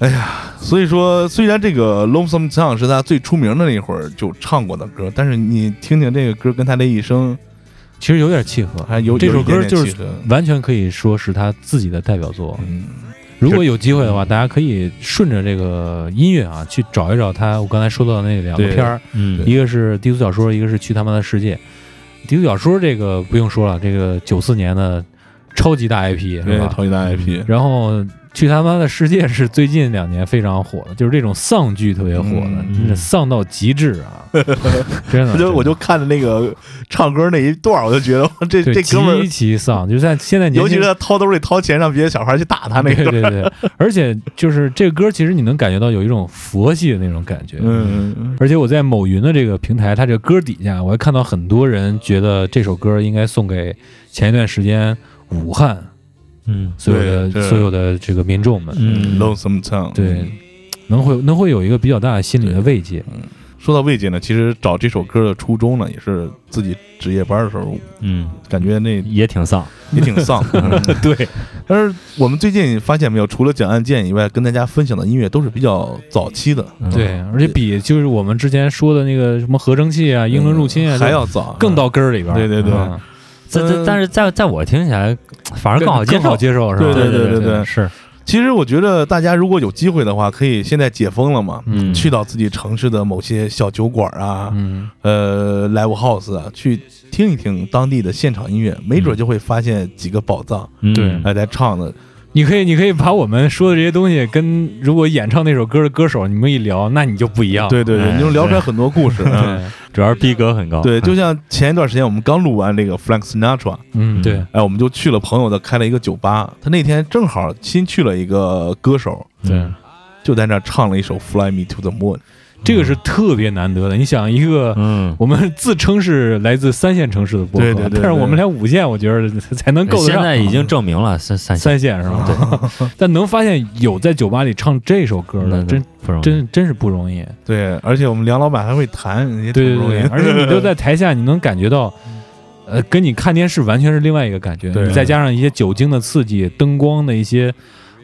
Speaker 7: 嗯
Speaker 5: 所以说虽然这个《Lonesome Town》是他最出名的那会儿就唱过的歌，但是你听听这个歌跟他这一生
Speaker 6: 其实有点契合，
Speaker 5: 还有
Speaker 6: 这首歌
Speaker 5: 有一点点
Speaker 6: 就是
Speaker 5: 契合
Speaker 6: 完全可以说是他自己的代表作。
Speaker 5: 嗯，
Speaker 6: 如果有机会的话，大家可以顺着这个音乐啊，去找一找他。我刚才说到的那两个
Speaker 5: 对
Speaker 6: 片儿，
Speaker 7: 嗯
Speaker 6: 一个是《低俗小说》，一个是《去他妈的世界》。《低俗小说》这个不用说了，这个九四年的超级大 IP 是
Speaker 5: 嗯对，
Speaker 6: 吧？
Speaker 5: 头一大 IP
Speaker 6: 然后《去他妈的世界》是最近两年非常火的，就是这种丧剧特别火的，
Speaker 5: 嗯
Speaker 6: 真是丧到极致 啊！真的，
Speaker 5: 我
Speaker 6: 真
Speaker 5: 就
Speaker 6: 的
Speaker 5: 我就看着那个唱歌那一段儿，我就觉得 哇这
Speaker 6: 对
Speaker 5: 这哥们儿
Speaker 6: 极，其丧，就在现在年
Speaker 5: 尤其
Speaker 6: 轻
Speaker 5: 是他掏兜里掏钱让别的小孩去打他那
Speaker 6: 对
Speaker 5: 个，
Speaker 6: 对 对，而且就是这个歌，其实你能感觉到有一种佛系的那种感觉。
Speaker 5: 嗯，嗯
Speaker 6: 而且我在某云的这个平台，它这个歌底下，我还看到很多人觉得这首歌应该送给前一段时间武汉
Speaker 7: 嗯
Speaker 6: 所有
Speaker 5: 对
Speaker 6: 的
Speaker 5: 是
Speaker 6: 所有的这个民众们。
Speaker 5: 嗯
Speaker 7: 嗯
Speaker 5: ，Lonesome Town，
Speaker 6: 对，能会能会有一个比较大的心理的慰藉。
Speaker 5: 说到慰藉呢，其实找这首歌的初衷呢，也是自己值夜班的时候，
Speaker 7: 嗯，
Speaker 5: 感觉那
Speaker 7: 也挺丧。
Speaker 5: 也挺丧。 嗯
Speaker 7: 对，
Speaker 5: 但是我们最近发现没有，除了讲案件以外，跟大家分享的音乐都是比较早期的，
Speaker 7: 嗯
Speaker 6: 对，而且比就是我们之前说的那个什么合成器啊、英伦入侵啊，
Speaker 5: 嗯还要早，
Speaker 6: 更到根儿里边儿。
Speaker 5: 对对对
Speaker 6: 嗯
Speaker 7: 这
Speaker 5: 嗯
Speaker 7: 这但是在在我听起来，反而更好接
Speaker 6: 更好
Speaker 7: 受。
Speaker 6: 接受是吧？
Speaker 5: 对对
Speaker 7: 对
Speaker 6: 对
Speaker 5: 对对
Speaker 6: 是
Speaker 5: 其实我觉得大家如果有机会的话，可以现在解封了嘛，
Speaker 6: 嗯
Speaker 5: 去到自己城市的某些小酒馆啊，
Speaker 6: 嗯，
Speaker 5: 呃，live house 啊，去听一听当地的现场音乐，没准就会发现几个宝藏。
Speaker 7: 嗯
Speaker 6: 对
Speaker 5: 哎，在唱的，
Speaker 6: 你可以你可以把我们说的这些东西跟如果演唱那首歌的歌手你们一聊，那你就不一样。
Speaker 5: 对对对，
Speaker 7: 哎
Speaker 5: 你能聊出来很多故事。嗯
Speaker 6: 对，
Speaker 7: 主要是逼格很高。嗯
Speaker 5: 对，就像前一段时间我们刚录完这个 Frank Sinatra，
Speaker 6: 嗯对，
Speaker 5: 哎，我们就去了朋友的开了一个酒吧，他那天正好新去了一个歌手，
Speaker 6: 对，
Speaker 5: 就在那儿唱了一首《Fly Me to the Moon》。
Speaker 6: 这个是特别难得的。你想一个。
Speaker 7: 嗯，
Speaker 6: 我们自称是来自三线城市的播客，
Speaker 5: 对对对对
Speaker 6: 但是我们连五线，我觉得才能够得
Speaker 7: 现
Speaker 6: 上。嗯
Speaker 7: 在已经证明了三三
Speaker 6: 三线是吧？对， 但能发现有在酒吧里唱这首歌的，
Speaker 7: 那
Speaker 6: 真
Speaker 7: 不容易。
Speaker 6: 真真是不容易。
Speaker 5: 对，而且我们梁老板还会弹，也
Speaker 6: 对对
Speaker 5: 挺不容易
Speaker 6: 对，。
Speaker 5: 嗯
Speaker 6: 而且你就在台下，你能感觉到，呃，跟你看电视完全是另外一个感觉。
Speaker 5: 对
Speaker 6: 你再加上一些酒精的刺激、灯光的一些，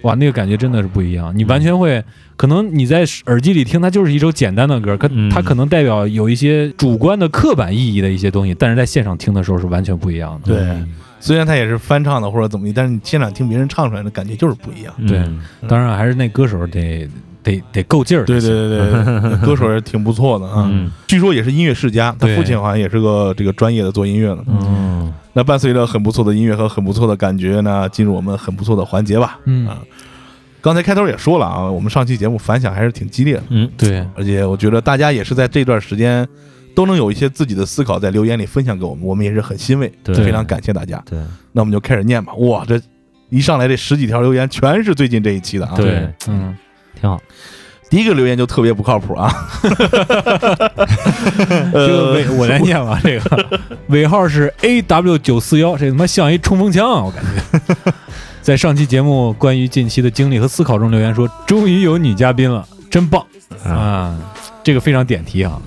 Speaker 6: 哇，那个感觉真的是不一样。你完全会，可能你在耳机里听，它就是一首简单的歌，可
Speaker 7: 嗯
Speaker 6: 它可能代表有一些主观的刻板意义的一些东西，但是在现场听的时候是完全不一
Speaker 7: 嗯
Speaker 6: 样的。
Speaker 5: 对， 虽然他也是翻唱的或者怎么地，但是你现场听别人唱出来的感觉就是不一样。
Speaker 6: 对
Speaker 7: 嗯
Speaker 6: 当然还是那歌手得得得够劲儿。
Speaker 5: 对对对对， 歌手也挺不错的啊。
Speaker 7: 嗯
Speaker 5: 据说也是音乐世家，他
Speaker 6: 对
Speaker 5: 父亲好像也是个这个专业的做音乐的。
Speaker 7: 嗯，
Speaker 5: 那伴随着很不错的音乐和很不错的感觉呢，进入我们很不错的环节吧。
Speaker 6: 嗯
Speaker 5: 啊，刚才开头也说了啊，我们上期节目反响还是挺激烈的，
Speaker 7: 嗯，
Speaker 6: 对，
Speaker 5: 而且我觉得大家也是在这段时间都能有一些自己的思考在留言里分享给我们，我们也是很欣慰，
Speaker 7: 对
Speaker 5: 非常感谢大家。
Speaker 7: 对
Speaker 5: 那我们就开始念吧。哇，这一上来这十几条留言全是最近这一期的啊。
Speaker 7: 对，
Speaker 6: 嗯，
Speaker 7: 挺好。
Speaker 5: 第一个留言就特别不靠谱啊。
Speaker 6: 这个
Speaker 5: 呃，
Speaker 6: 尾我来念吧，这个尾号是 A W 九四幺，这他妈像一冲锋枪啊，我感觉。在上期节目关于近期的经历和思考中留言说，终于有女嘉宾了，真棒啊！这个非常点题啊，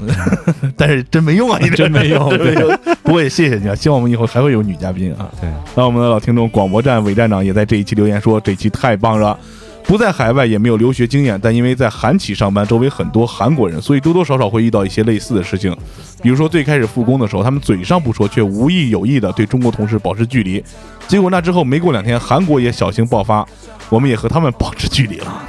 Speaker 5: 但是真没用啊，你这
Speaker 6: 真没用
Speaker 5: 真没用。 不过也谢谢你啊，希望我们以后还会有女嘉宾啊。
Speaker 7: 对，
Speaker 5: 那我们的老听众广播站韦站长也在这一期留言说，这期太棒了。不在海外也没有留学经验，但因为在韩企上班，周围很多韩国人，所以多多少少会遇到一些类似的事情。比如说最开始复工的时候，他们嘴上不说，却无意有意的对中国同事保持距离。结果那之后没过两天，韩国也小型爆发，我们也和他们保持距离了。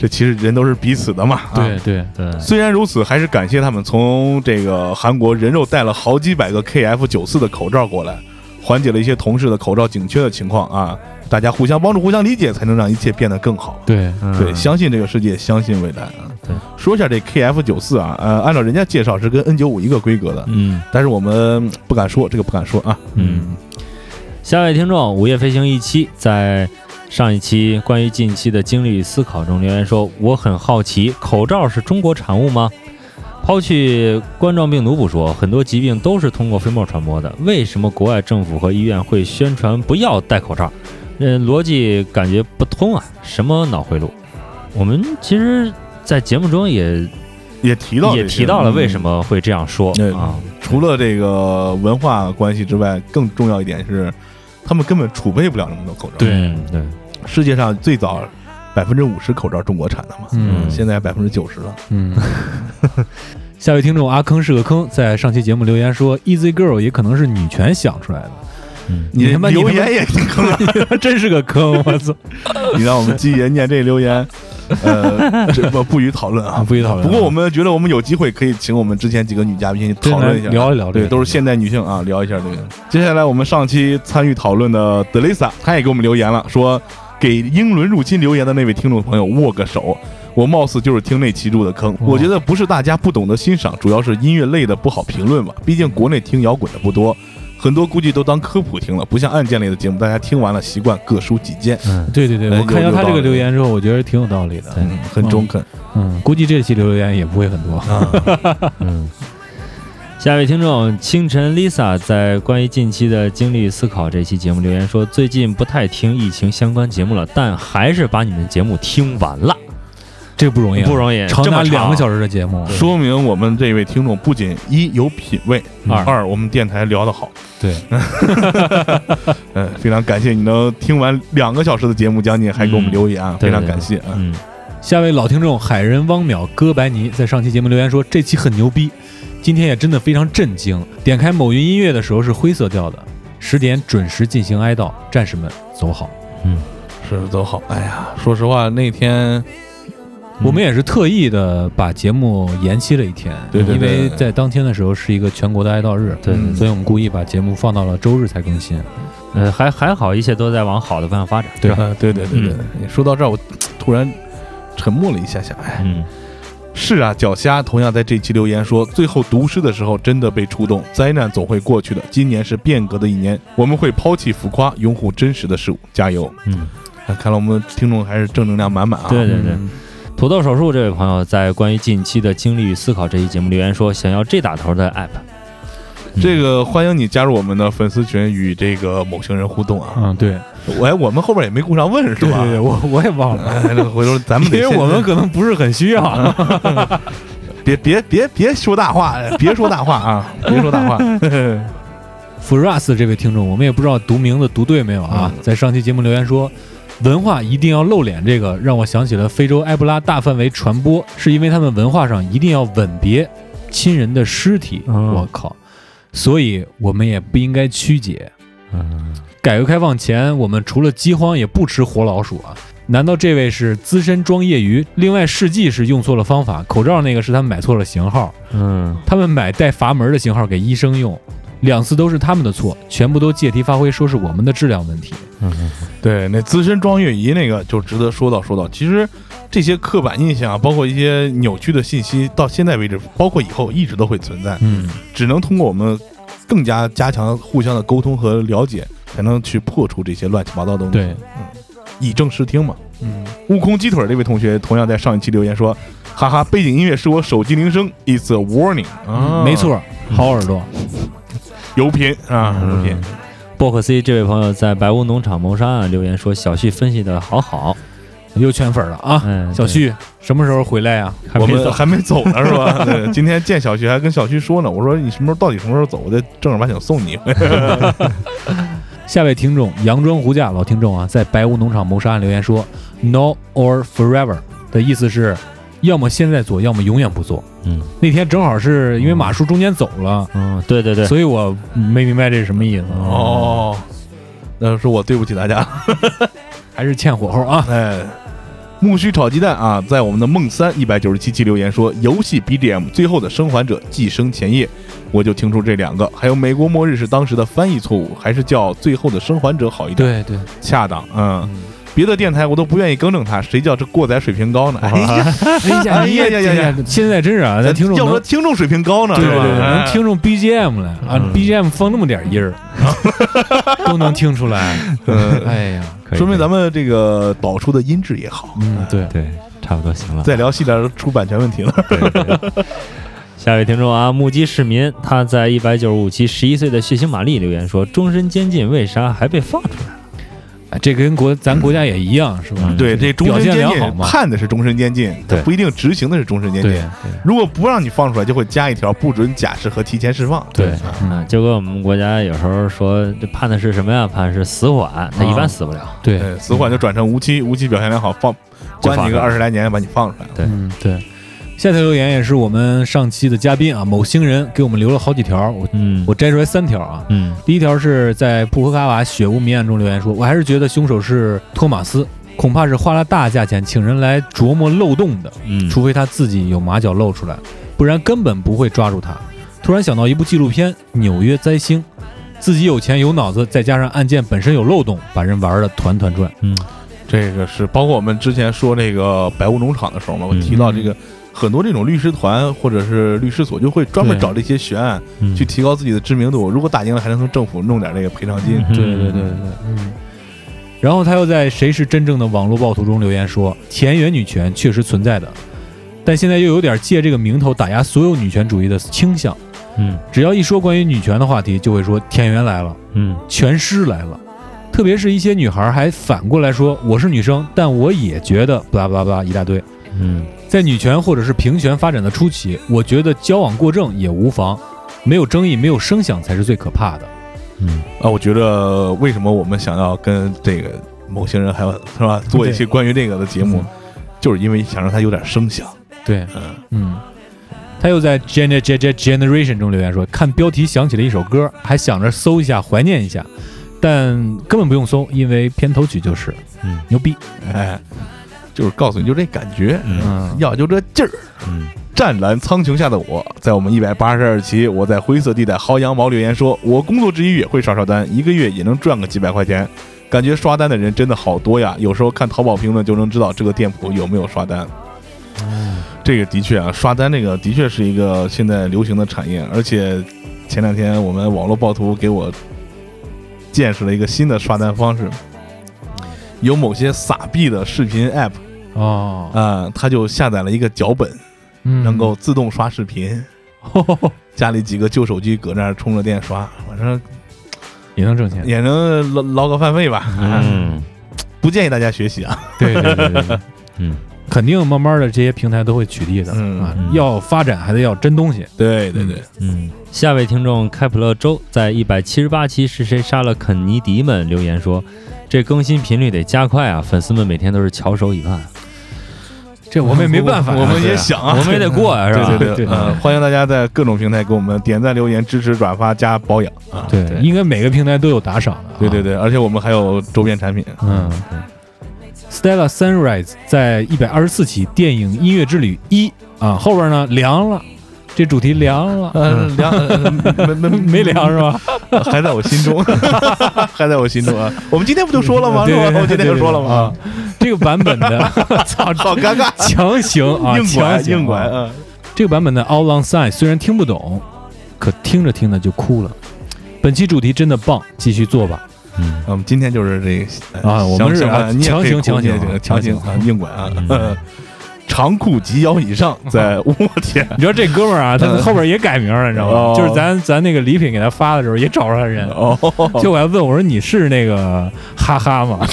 Speaker 5: 这其实人都是彼此的嘛。啊
Speaker 6: 对对，
Speaker 7: 对，
Speaker 5: 虽然如此，还是感谢他们从这个韩国人肉带了好几百个 KF 九四的口罩过来，缓解了一些同事的口罩紧缺的情况啊！大家互相帮助、互相理解，才能让一切变得更好。
Speaker 6: 对，
Speaker 7: 嗯
Speaker 5: 对，相信这个世界，相信未来啊！
Speaker 7: 对，
Speaker 5: 说一下这 KF 九四啊，呃，按照人家介绍是跟 N 九五一个规格的，
Speaker 7: 嗯
Speaker 5: 但是我们嗯不敢说，这个不敢说啊。
Speaker 7: 嗯。下位听众《午夜飞行》一期，在上一期关于近期的经历与思考中留言说：“我很好奇，口罩是中国产物吗？抛去冠状病毒不说，很多疾病都是通过飞沫传播的。为什么国外政府和医院会宣传不要戴口罩？嗯、逻辑感觉不通啊！什么脑回路？我们其实，在节目中也
Speaker 5: 也提到
Speaker 7: 也提到了为什
Speaker 5: 么。嗯
Speaker 7: 么会这样说、
Speaker 5: 嗯
Speaker 7: 啊。
Speaker 5: 除了这个文化关系之外，更重要一点是，他们根本储备不了那么多口罩。
Speaker 6: 对
Speaker 7: 嗯对，
Speaker 5: 世界上最早百分之五十口罩中国产的嘛，
Speaker 6: 嗯
Speaker 5: 现在百分之九十了。
Speaker 6: 嗯。 下位听众阿坑是个坑，在上期节目留言说，Easy Girl 也可能是女权想出来的，你
Speaker 5: 这
Speaker 6: 他妈
Speaker 5: 留言也挺坑啊！
Speaker 6: 真是个坑，我操！
Speaker 5: 你让我们鸡爷念这留言，呃，这不不予讨论啊，
Speaker 6: 不予讨论啊
Speaker 5: 不过我们觉得我们有机会可以请我们之前几个女嘉宾去讨论一下，
Speaker 6: 真来聊一聊这个
Speaker 5: 对，都是现代女性啊，聊一下这个。接下来我们上期参与讨论的德蕾莎，她也给我们留言了，说给英伦入侵留言的那位听众朋友握个手。我貌似就是听那期入的坑，我觉得不是大家不懂得欣赏，主要是音乐类的不好评论嘛。毕竟国内听摇滚的不多，很多估计都当科普听了，不像案件类的节目，大家听完了习惯各抒己见，
Speaker 6: 对对对，
Speaker 5: 哎
Speaker 6: 我看
Speaker 5: 有
Speaker 6: 到
Speaker 5: 有
Speaker 6: 他这
Speaker 5: 道
Speaker 6: 个
Speaker 5: 理
Speaker 6: 留言之后，我觉得挺有道理的。
Speaker 5: 嗯，很中肯。
Speaker 6: 嗯，估计这期留言也不会很多。
Speaker 7: 嗯，下一位听众清晨 Lisa 在关于近期的经历与思考这期节目留言说，最近不太听疫情相关节目了，但还是把你们节目听完了。
Speaker 6: 这不容易啊，
Speaker 7: 不容易
Speaker 6: 长
Speaker 7: 这
Speaker 6: 达
Speaker 7: 么长
Speaker 6: 两个小时的节目，
Speaker 5: 说明我们这位听众不仅一有品位，
Speaker 7: 二
Speaker 5: 二我们电台聊得好。
Speaker 6: 对，
Speaker 5: 嗯，非常感谢你能听完两个小时的节目将近，还给我们
Speaker 7: 嗯
Speaker 5: 留言啊，
Speaker 7: 对
Speaker 5: 非常
Speaker 7: 对
Speaker 5: 感
Speaker 7: 对
Speaker 5: 谢啊。
Speaker 7: 嗯，
Speaker 6: 下位老听众海人汪淼哥白尼在上期节目留言说这期很牛逼，今天也真的非常震惊。点开某云音乐的时候是灰色调的，十点准时进行哀悼，战士们走好。
Speaker 5: 是都好。哎呀，说实话，那天
Speaker 6: 我们也是特意的把节目延期了一天，
Speaker 5: 对对对
Speaker 6: 因为
Speaker 5: 对对
Speaker 6: 在当天的时候是一个全国的哀悼日，
Speaker 7: 对对对
Speaker 6: 所以我们故意把节目放到了周日才更新。
Speaker 7: 呃，还还好，一切都在往好的方向发展。
Speaker 6: 对
Speaker 5: 啊，对对对对，你说到这儿，我突然沉默了一下下。哎，
Speaker 7: 嗯，
Speaker 5: 是啊，脚虾同样在这期留言说，最后读诗的时候真的被触动。灾难总会过去的，今年是变革的一年，我们会抛弃浮夸，拥护真实的事物，加油！
Speaker 7: 嗯，
Speaker 5: 啊看来我们听众还是正能量满满啊。
Speaker 7: 对对对。土豆手术这位朋友在关于近期的经历与思考这一节目留言说，想要这打头的 app。
Speaker 5: 这个欢迎你加入我们的粉丝群，与这个某行人互动啊。
Speaker 6: 嗯，对，
Speaker 5: 我哎，我们后边也没顾上问是
Speaker 6: 对
Speaker 5: 吧？
Speaker 6: 对对，我我也忘了，
Speaker 5: 哎，那回头咱们
Speaker 6: 因
Speaker 5: 得
Speaker 6: 为
Speaker 5: 先
Speaker 6: 我们可能不是很需 要。
Speaker 5: 别别别别说大话，哎别说大话 啊，别说大话。
Speaker 6: Fras 这位听众，我们也不知道读名字读对没有啊，
Speaker 7: 嗯
Speaker 6: 在上期节目留言说。文化一定要露脸，这个让我想起了非洲埃博拉大范围传播，是因为他们文化上一定要吻别亲人的尸体。
Speaker 7: 嗯
Speaker 6: 我靠！所以我们也不应该曲解，
Speaker 7: 嗯，
Speaker 6: 改革开放前，我们除了饥荒，也不吃活老鼠啊。难道这位是资深装业余？另外，试剂是用错了方法，口罩那个是他们买错了型号，
Speaker 7: 嗯，
Speaker 6: 他们买带阀门的型号给医生用，两次都是他们的错，全部都借题发挥，说是我们的质量问题。
Speaker 5: 对，那资深庄月仪那个就值得说道说道。其实这些刻板印象啊，包括一些扭曲的信息，到现在为止，包括以后一直都会存在，
Speaker 6: 嗯，
Speaker 5: 只能通过我们更加加强互相的沟通和了解，才能去破除这些乱七八糟的东西。
Speaker 6: 对，
Speaker 5: 以正视听嘛。
Speaker 6: 嗯，
Speaker 5: 悟空鸡腿这位同学同样在上一期留言说：“哈哈，背景音乐是我手机铃声，It's a warning 啊，
Speaker 6: 没，错，好耳朵。
Speaker 5: 油品啊，
Speaker 7: 嗯
Speaker 5: 油品。
Speaker 7: 薄荷 C 这位朋友在白屋农场谋杀案留言说，小旭分析的好好。
Speaker 6: 又圈粉了啊！
Speaker 7: 嗯，
Speaker 6: 小旭什么时候回来啊呀、
Speaker 7: 对还
Speaker 5: 我
Speaker 7: 没
Speaker 5: 们
Speaker 7: 走
Speaker 5: 还没走呢，是吧？对，今天见小徐还跟小徐说呢，我说你什么时候到底什么时候走，我再正儿八经送你一回。
Speaker 6: 下位听众佯装胡架老听众啊，在白屋农场谋杀案留言说 “No or forever” 的意思是，要么现在做，要么永远不做。
Speaker 7: 嗯，
Speaker 6: 那天正好是因为马叔中间走了，
Speaker 7: 嗯，对对对，
Speaker 6: 所以我没明白这是什么意思。
Speaker 7: 哦
Speaker 5: 哦，那是我对不起大家。
Speaker 6: 还是欠火候啊！
Speaker 5: 哎，木须炒鸡蛋啊，在我们的梦三一百九十七期留言说，游戏 BGM 最后的生还者寄生前夜，我就听出这两个，还有美国末日是当时的翻译错误，还是叫最后的生还者好一点，
Speaker 6: 对对，
Speaker 5: 恰当，嗯。别的电台我都不愿意更正他，谁叫这过载水平 高呢？哎呀，
Speaker 6: 哎
Speaker 5: 呀呀呀呀呀！
Speaker 6: 现在真是啊，咱听众
Speaker 5: 要说
Speaker 6: 能
Speaker 5: 听众水平高 呢，
Speaker 6: 对
Speaker 5: 是
Speaker 6: 对
Speaker 5: 吧
Speaker 6: 对，
Speaker 5: 哎
Speaker 6: 能听出 BGM 来啊，BGM 放那么点音儿，都能听出来。
Speaker 5: 嗯
Speaker 6: 哎呀，
Speaker 7: 可以
Speaker 5: 说明咱们这个导出的音质也好。
Speaker 6: 嗯，对，
Speaker 7: 对，差不多行了。
Speaker 5: 再聊细点儿出版权问题了。
Speaker 7: 下一位听众啊，目击市民，他在一百九十五期十一岁的血腥玛丽留言说：“终身监禁，为啥还被放出来
Speaker 6: 哎这跟国咱国家也一样是 吧？
Speaker 7: 嗯
Speaker 5: 对，这终
Speaker 6: 表
Speaker 5: 身
Speaker 6: 现
Speaker 5: 监
Speaker 6: 良好
Speaker 5: 禁
Speaker 6: 嘛
Speaker 5: 判的是终身监禁，它
Speaker 7: 对
Speaker 5: 不一定执行的是终身监禁
Speaker 6: 对。
Speaker 5: 如果不让你放出来，就会加一条不准假释和提前释放。
Speaker 6: 对
Speaker 5: 啊
Speaker 7: 啊？就跟我们国家有时候说这判的是什么呀？判的是死缓，他一般死不了。
Speaker 6: 对，
Speaker 5: 对，嗯死缓就转成无期，无期表现良好，放
Speaker 7: 就放
Speaker 5: 关你
Speaker 7: 出
Speaker 5: 个
Speaker 7: 来
Speaker 5: 二十来年，把你放出来了。
Speaker 6: 嗯，对。下条留言也是我们上期的嘉宾啊，某星人给我们留了好几条，我
Speaker 7: 嗯，
Speaker 6: 我摘出来三条啊。
Speaker 7: 嗯
Speaker 6: 第一条是在布克卡瓦血污谜案中留言说，我还是觉得凶手是托马斯，恐怕是花了大价钱请人来琢磨漏洞的，
Speaker 7: 嗯，
Speaker 6: 除非他自己有马脚露出来，不然根本不会抓住他。突然想到一部纪录片《纽约灾星》，自己有钱有脑子，再加上案件本身有漏洞，把人玩的团团转。
Speaker 7: 嗯
Speaker 5: 这个是包括我们之前说那个白屋农场的时候嘛，我
Speaker 7: 嗯
Speaker 5: 提到这个很多这种律师团或者是律师所就会专门
Speaker 6: 对
Speaker 5: 找这些悬案
Speaker 7: 嗯
Speaker 5: 去提高自己的知名度。如果打赢了，还能从政府弄点那个赔偿金。
Speaker 7: 嗯
Speaker 6: 对，嗯。然后他又在《谁是真正的网络暴徒》中留言说，田园女权确实存在的，但现在又有点借这个名头打压所有女权主义的倾向。
Speaker 7: 嗯
Speaker 6: 只要一说关于女权的话题，就会说田园来了，
Speaker 7: 嗯
Speaker 6: 全尸来了。特别是一些女孩还反过来说我是女生，但我也觉得巴拉巴拉巴拉一大堆。
Speaker 7: 嗯
Speaker 6: 在女权或者是平权发展的初期，我觉得交往过正也无妨，没有争议、没有声响才是最可怕的。
Speaker 7: 嗯，
Speaker 5: 啊，我觉得为什么我们想要跟这个某些人还有是吧做一期关于这个的节目，就是因为想让他有点声响。
Speaker 6: 对，
Speaker 5: 嗯，
Speaker 6: 嗯，他又在 Gen Gen Gen Generation 中留言说，看标题想起了一首歌，还想着搜一下怀念一下，但根本不用搜，因为片头曲就是，
Speaker 7: 嗯，
Speaker 6: 牛逼，
Speaker 5: 哎，就是告诉你就这感觉，
Speaker 6: 嗯，
Speaker 5: 要就这劲儿。
Speaker 7: 嗯，
Speaker 5: 湛蓝苍穹下的我，在我们一百八十二期，我在灰色地带薅羊毛留言说，我工作之余也会刷刷单，一个月也能赚个几百块钱。感觉刷单的人真的好多呀，有时候看淘宝评论就能知道这个店铺有没有刷单。这个的确啊，刷单这个的确是一个现在流行的产业，而且前两天我们网络暴徒给我见识了一个新的刷单方式，有某些傻逼的视频 app
Speaker 6: 哦，
Speaker 5: 啊、他就下载了一个脚本，
Speaker 6: 嗯
Speaker 5: 能够自动刷视频。家里几个旧手机搁那儿充着电刷，反正
Speaker 6: 也能挣 钱，
Speaker 5: 也能捞捞个饭费吧。
Speaker 7: 嗯
Speaker 5: 不建议大家学习啊。
Speaker 6: 对对对 对对，
Speaker 7: 嗯，
Speaker 6: 肯定慢慢的这些平台都会取缔的、
Speaker 5: 嗯
Speaker 6: 啊，
Speaker 7: 嗯
Speaker 6: 要发展还得要真东西，
Speaker 5: 对对对，
Speaker 7: 嗯，下位听众开普勒州在一百七十八期是谁杀了肯尼迪们留言说，这更新频率得加快啊！粉丝们每天都是翘首以盼，
Speaker 6: 这我们也没办法、
Speaker 5: 我们也想啊
Speaker 7: 我。们也得过呀、是吧？
Speaker 5: 对对
Speaker 6: 对对
Speaker 5: 嗯，欢迎大家在各种平台给我们点赞、留言、支持、转发加保养啊！
Speaker 6: 对，应该每个平台都有打赏的、啊，
Speaker 5: 对对对，而且我们还有周边产品，
Speaker 6: 嗯
Speaker 7: 对
Speaker 6: ，Stella Sunrise 在一百二十四期电影《音乐之旅一》啊，后边呢凉了，这主题凉了，
Speaker 5: 嗯，凉呃没没
Speaker 6: 呃没凉是吧？
Speaker 5: 还在我心中， 还在我心中啊！我们今天不就说了吗？是
Speaker 6: 对
Speaker 5: 吧？
Speaker 6: 对对
Speaker 5: 我们今天就说了吗？
Speaker 6: 这个版本的， 操，
Speaker 5: 好尴尬，
Speaker 6: 强行啊，强
Speaker 5: 硬拐
Speaker 6: 行啊
Speaker 5: 硬拐，。嗯，
Speaker 6: 这个版本的《All On Side》虽然听不懂，可听着听着就哭了。本期主题真的棒，继续做吧。
Speaker 7: 嗯
Speaker 5: 我们今天就是这个呃
Speaker 6: 啊我们是啊强行强行啊
Speaker 5: 强行
Speaker 6: 强行
Speaker 5: 啊硬拐啊
Speaker 7: 嗯，
Speaker 5: 呃 长裤及腰以上，在我天，
Speaker 6: 你知道这哥们儿啊，他后边也改名了，你知道
Speaker 5: 哦
Speaker 6: 吗？就是咱咱那个礼品给他发的时候也找着他人，
Speaker 5: 哦，
Speaker 6: 就我还问我说你是那个哈哈吗？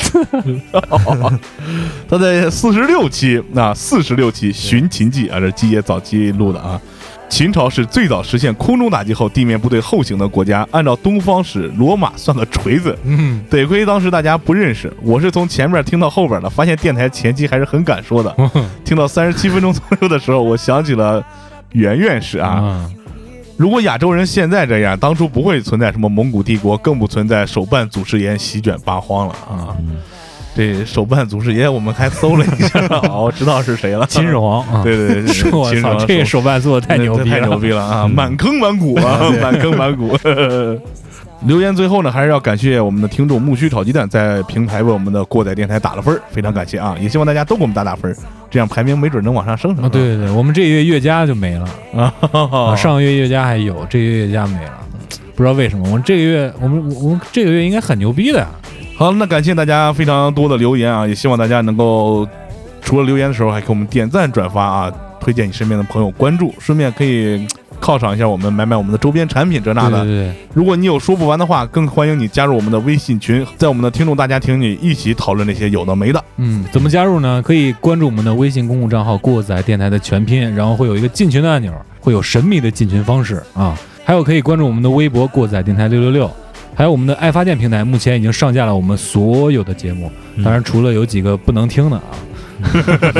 Speaker 5: 他在四十六期啊，四十六期《寻秦记》啊，这基爷早期录的啊。秦朝是最早实现空中打击后地面部队后行的国家，按照东方史，罗马算个锤子，
Speaker 6: 嗯，
Speaker 5: 得亏当时大家不认识，我是从前面听到后边的，发现电台前期还是很敢 说的。听到三十七分钟左右的时候，我想起了袁院士啊，
Speaker 6: 啊，
Speaker 5: 如果亚洲人现在这样，当初不会存在什么蒙古帝国，更不存在手办祖师爷席卷八荒了啊！
Speaker 7: 嗯
Speaker 5: 这手办祖师爷我们还搜了一下， 哦，我知道是谁了，
Speaker 6: 秦始。皇啊，
Speaker 5: 对对对，
Speaker 6: 是
Speaker 5: 对
Speaker 6: 我
Speaker 5: 嗯秦始
Speaker 6: 操，
Speaker 5: 皇
Speaker 6: 这个手办做的太牛逼
Speaker 5: 太牛
Speaker 6: 了，
Speaker 5: 逼了啊！满坑满谷 啊，满坑满谷。留言最后呢，还是要感谢我们的听众木须炒鸡蛋在平台为我们的过载电台打了分儿，非常感谢啊！也希望大家都给我们打打分儿，这样排名没准能往上升升。
Speaker 6: 啊！对对对，我们这月月家就没了，
Speaker 5: 啊
Speaker 6: 啊，，上个月月家还有，这个月月家没了，不知道为什么。我们这个月，我们我们这个月应该很牛逼的呀。
Speaker 5: 好，那感谢大家非常多的留言啊，也希望大家能够除了留言的时候，还给我们点赞、转发啊，推荐你身边的朋友关注，顺便可以犒赏一下我们，买买我们的周边产品这那
Speaker 6: 对
Speaker 5: 的。
Speaker 6: 对对，
Speaker 5: 如果你有说不完的话，更欢迎你加入我们的微信群，在我们的听众大家庭里一起讨论那些有的没的。
Speaker 6: 嗯，怎么加入呢？可以关注我们的微信公共账号“过载电台”的全拼，然后会有一个进群的按钮，会有神秘的进群方式啊。还有可以关注我们的微博“过载电台六六六”，还有我们的爱发电平台，目前已经上架了我们所有的节目，当然除了有几个不能听的啊。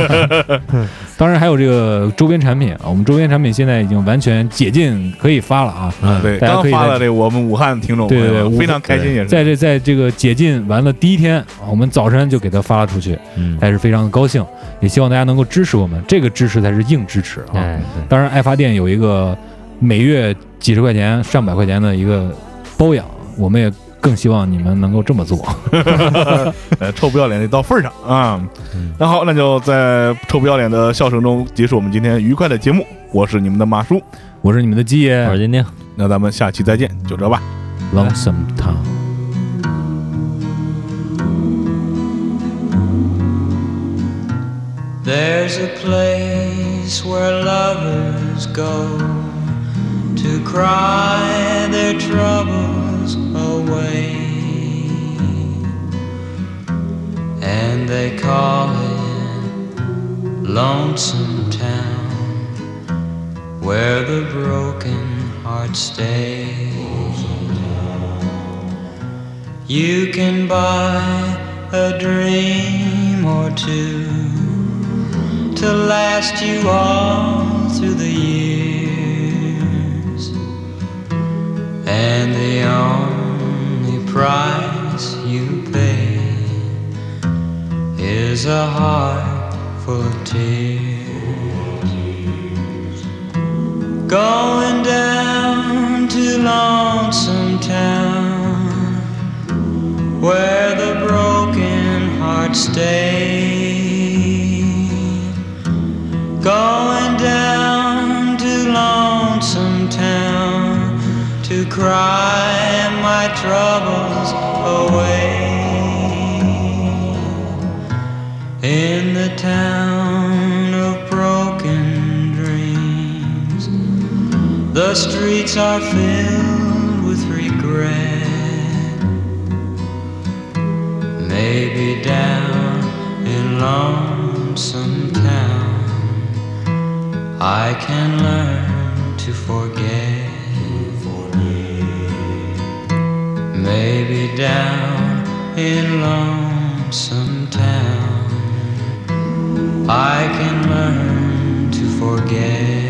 Speaker 6: 当然还有这个周边产品啊，我们周边产品现在已经完全解禁可以发了啊。
Speaker 7: 嗯
Speaker 5: 对，
Speaker 6: 大家
Speaker 5: 刚
Speaker 6: 可以
Speaker 5: 发
Speaker 6: 在
Speaker 5: 了这个我们武汉的听众朋
Speaker 6: 对对对
Speaker 5: 友，
Speaker 6: 武汉
Speaker 5: 非常开心，也是
Speaker 6: 在这在这个解禁完了第一天，我们早晨就给它发了出去，
Speaker 7: 嗯，
Speaker 6: 还是非常高兴，也希望大家能够支持我们，这个支持才是硬支持啊。
Speaker 7: 哎，
Speaker 6: 当然，爱发电有一个每月几十块钱、上百块钱的一个包养，我们也更希望你们能够这么做。
Speaker 5: 呃臭不要脸的到份儿上啊
Speaker 7: 嗯。
Speaker 5: 那好，那就在臭不要脸的笑声中结束我们今天愉快的节目。我是你们的马叔，
Speaker 6: 我是你们的鸡
Speaker 7: 对，
Speaker 6: 爷
Speaker 7: 我是丁丁。
Speaker 5: 那咱们下期再见，就这吧。
Speaker 6: ，Lonesome Town。
Speaker 8: There's a place where lovers go to cry their troubles away. And they call it lonesome town where the broken heart stays. You can buy a dream or two to last you all through the years. And the only price you pay is a heart full of tears. Going down to lonesome town where the broken heart stays. Going down to lonesome town to cry my troubles away. In the town of broken dreams, the streets are filled with regret. Maybe down in lonesome town, I can learn to forget. Maybe down in lonesome town, I can learn to forget.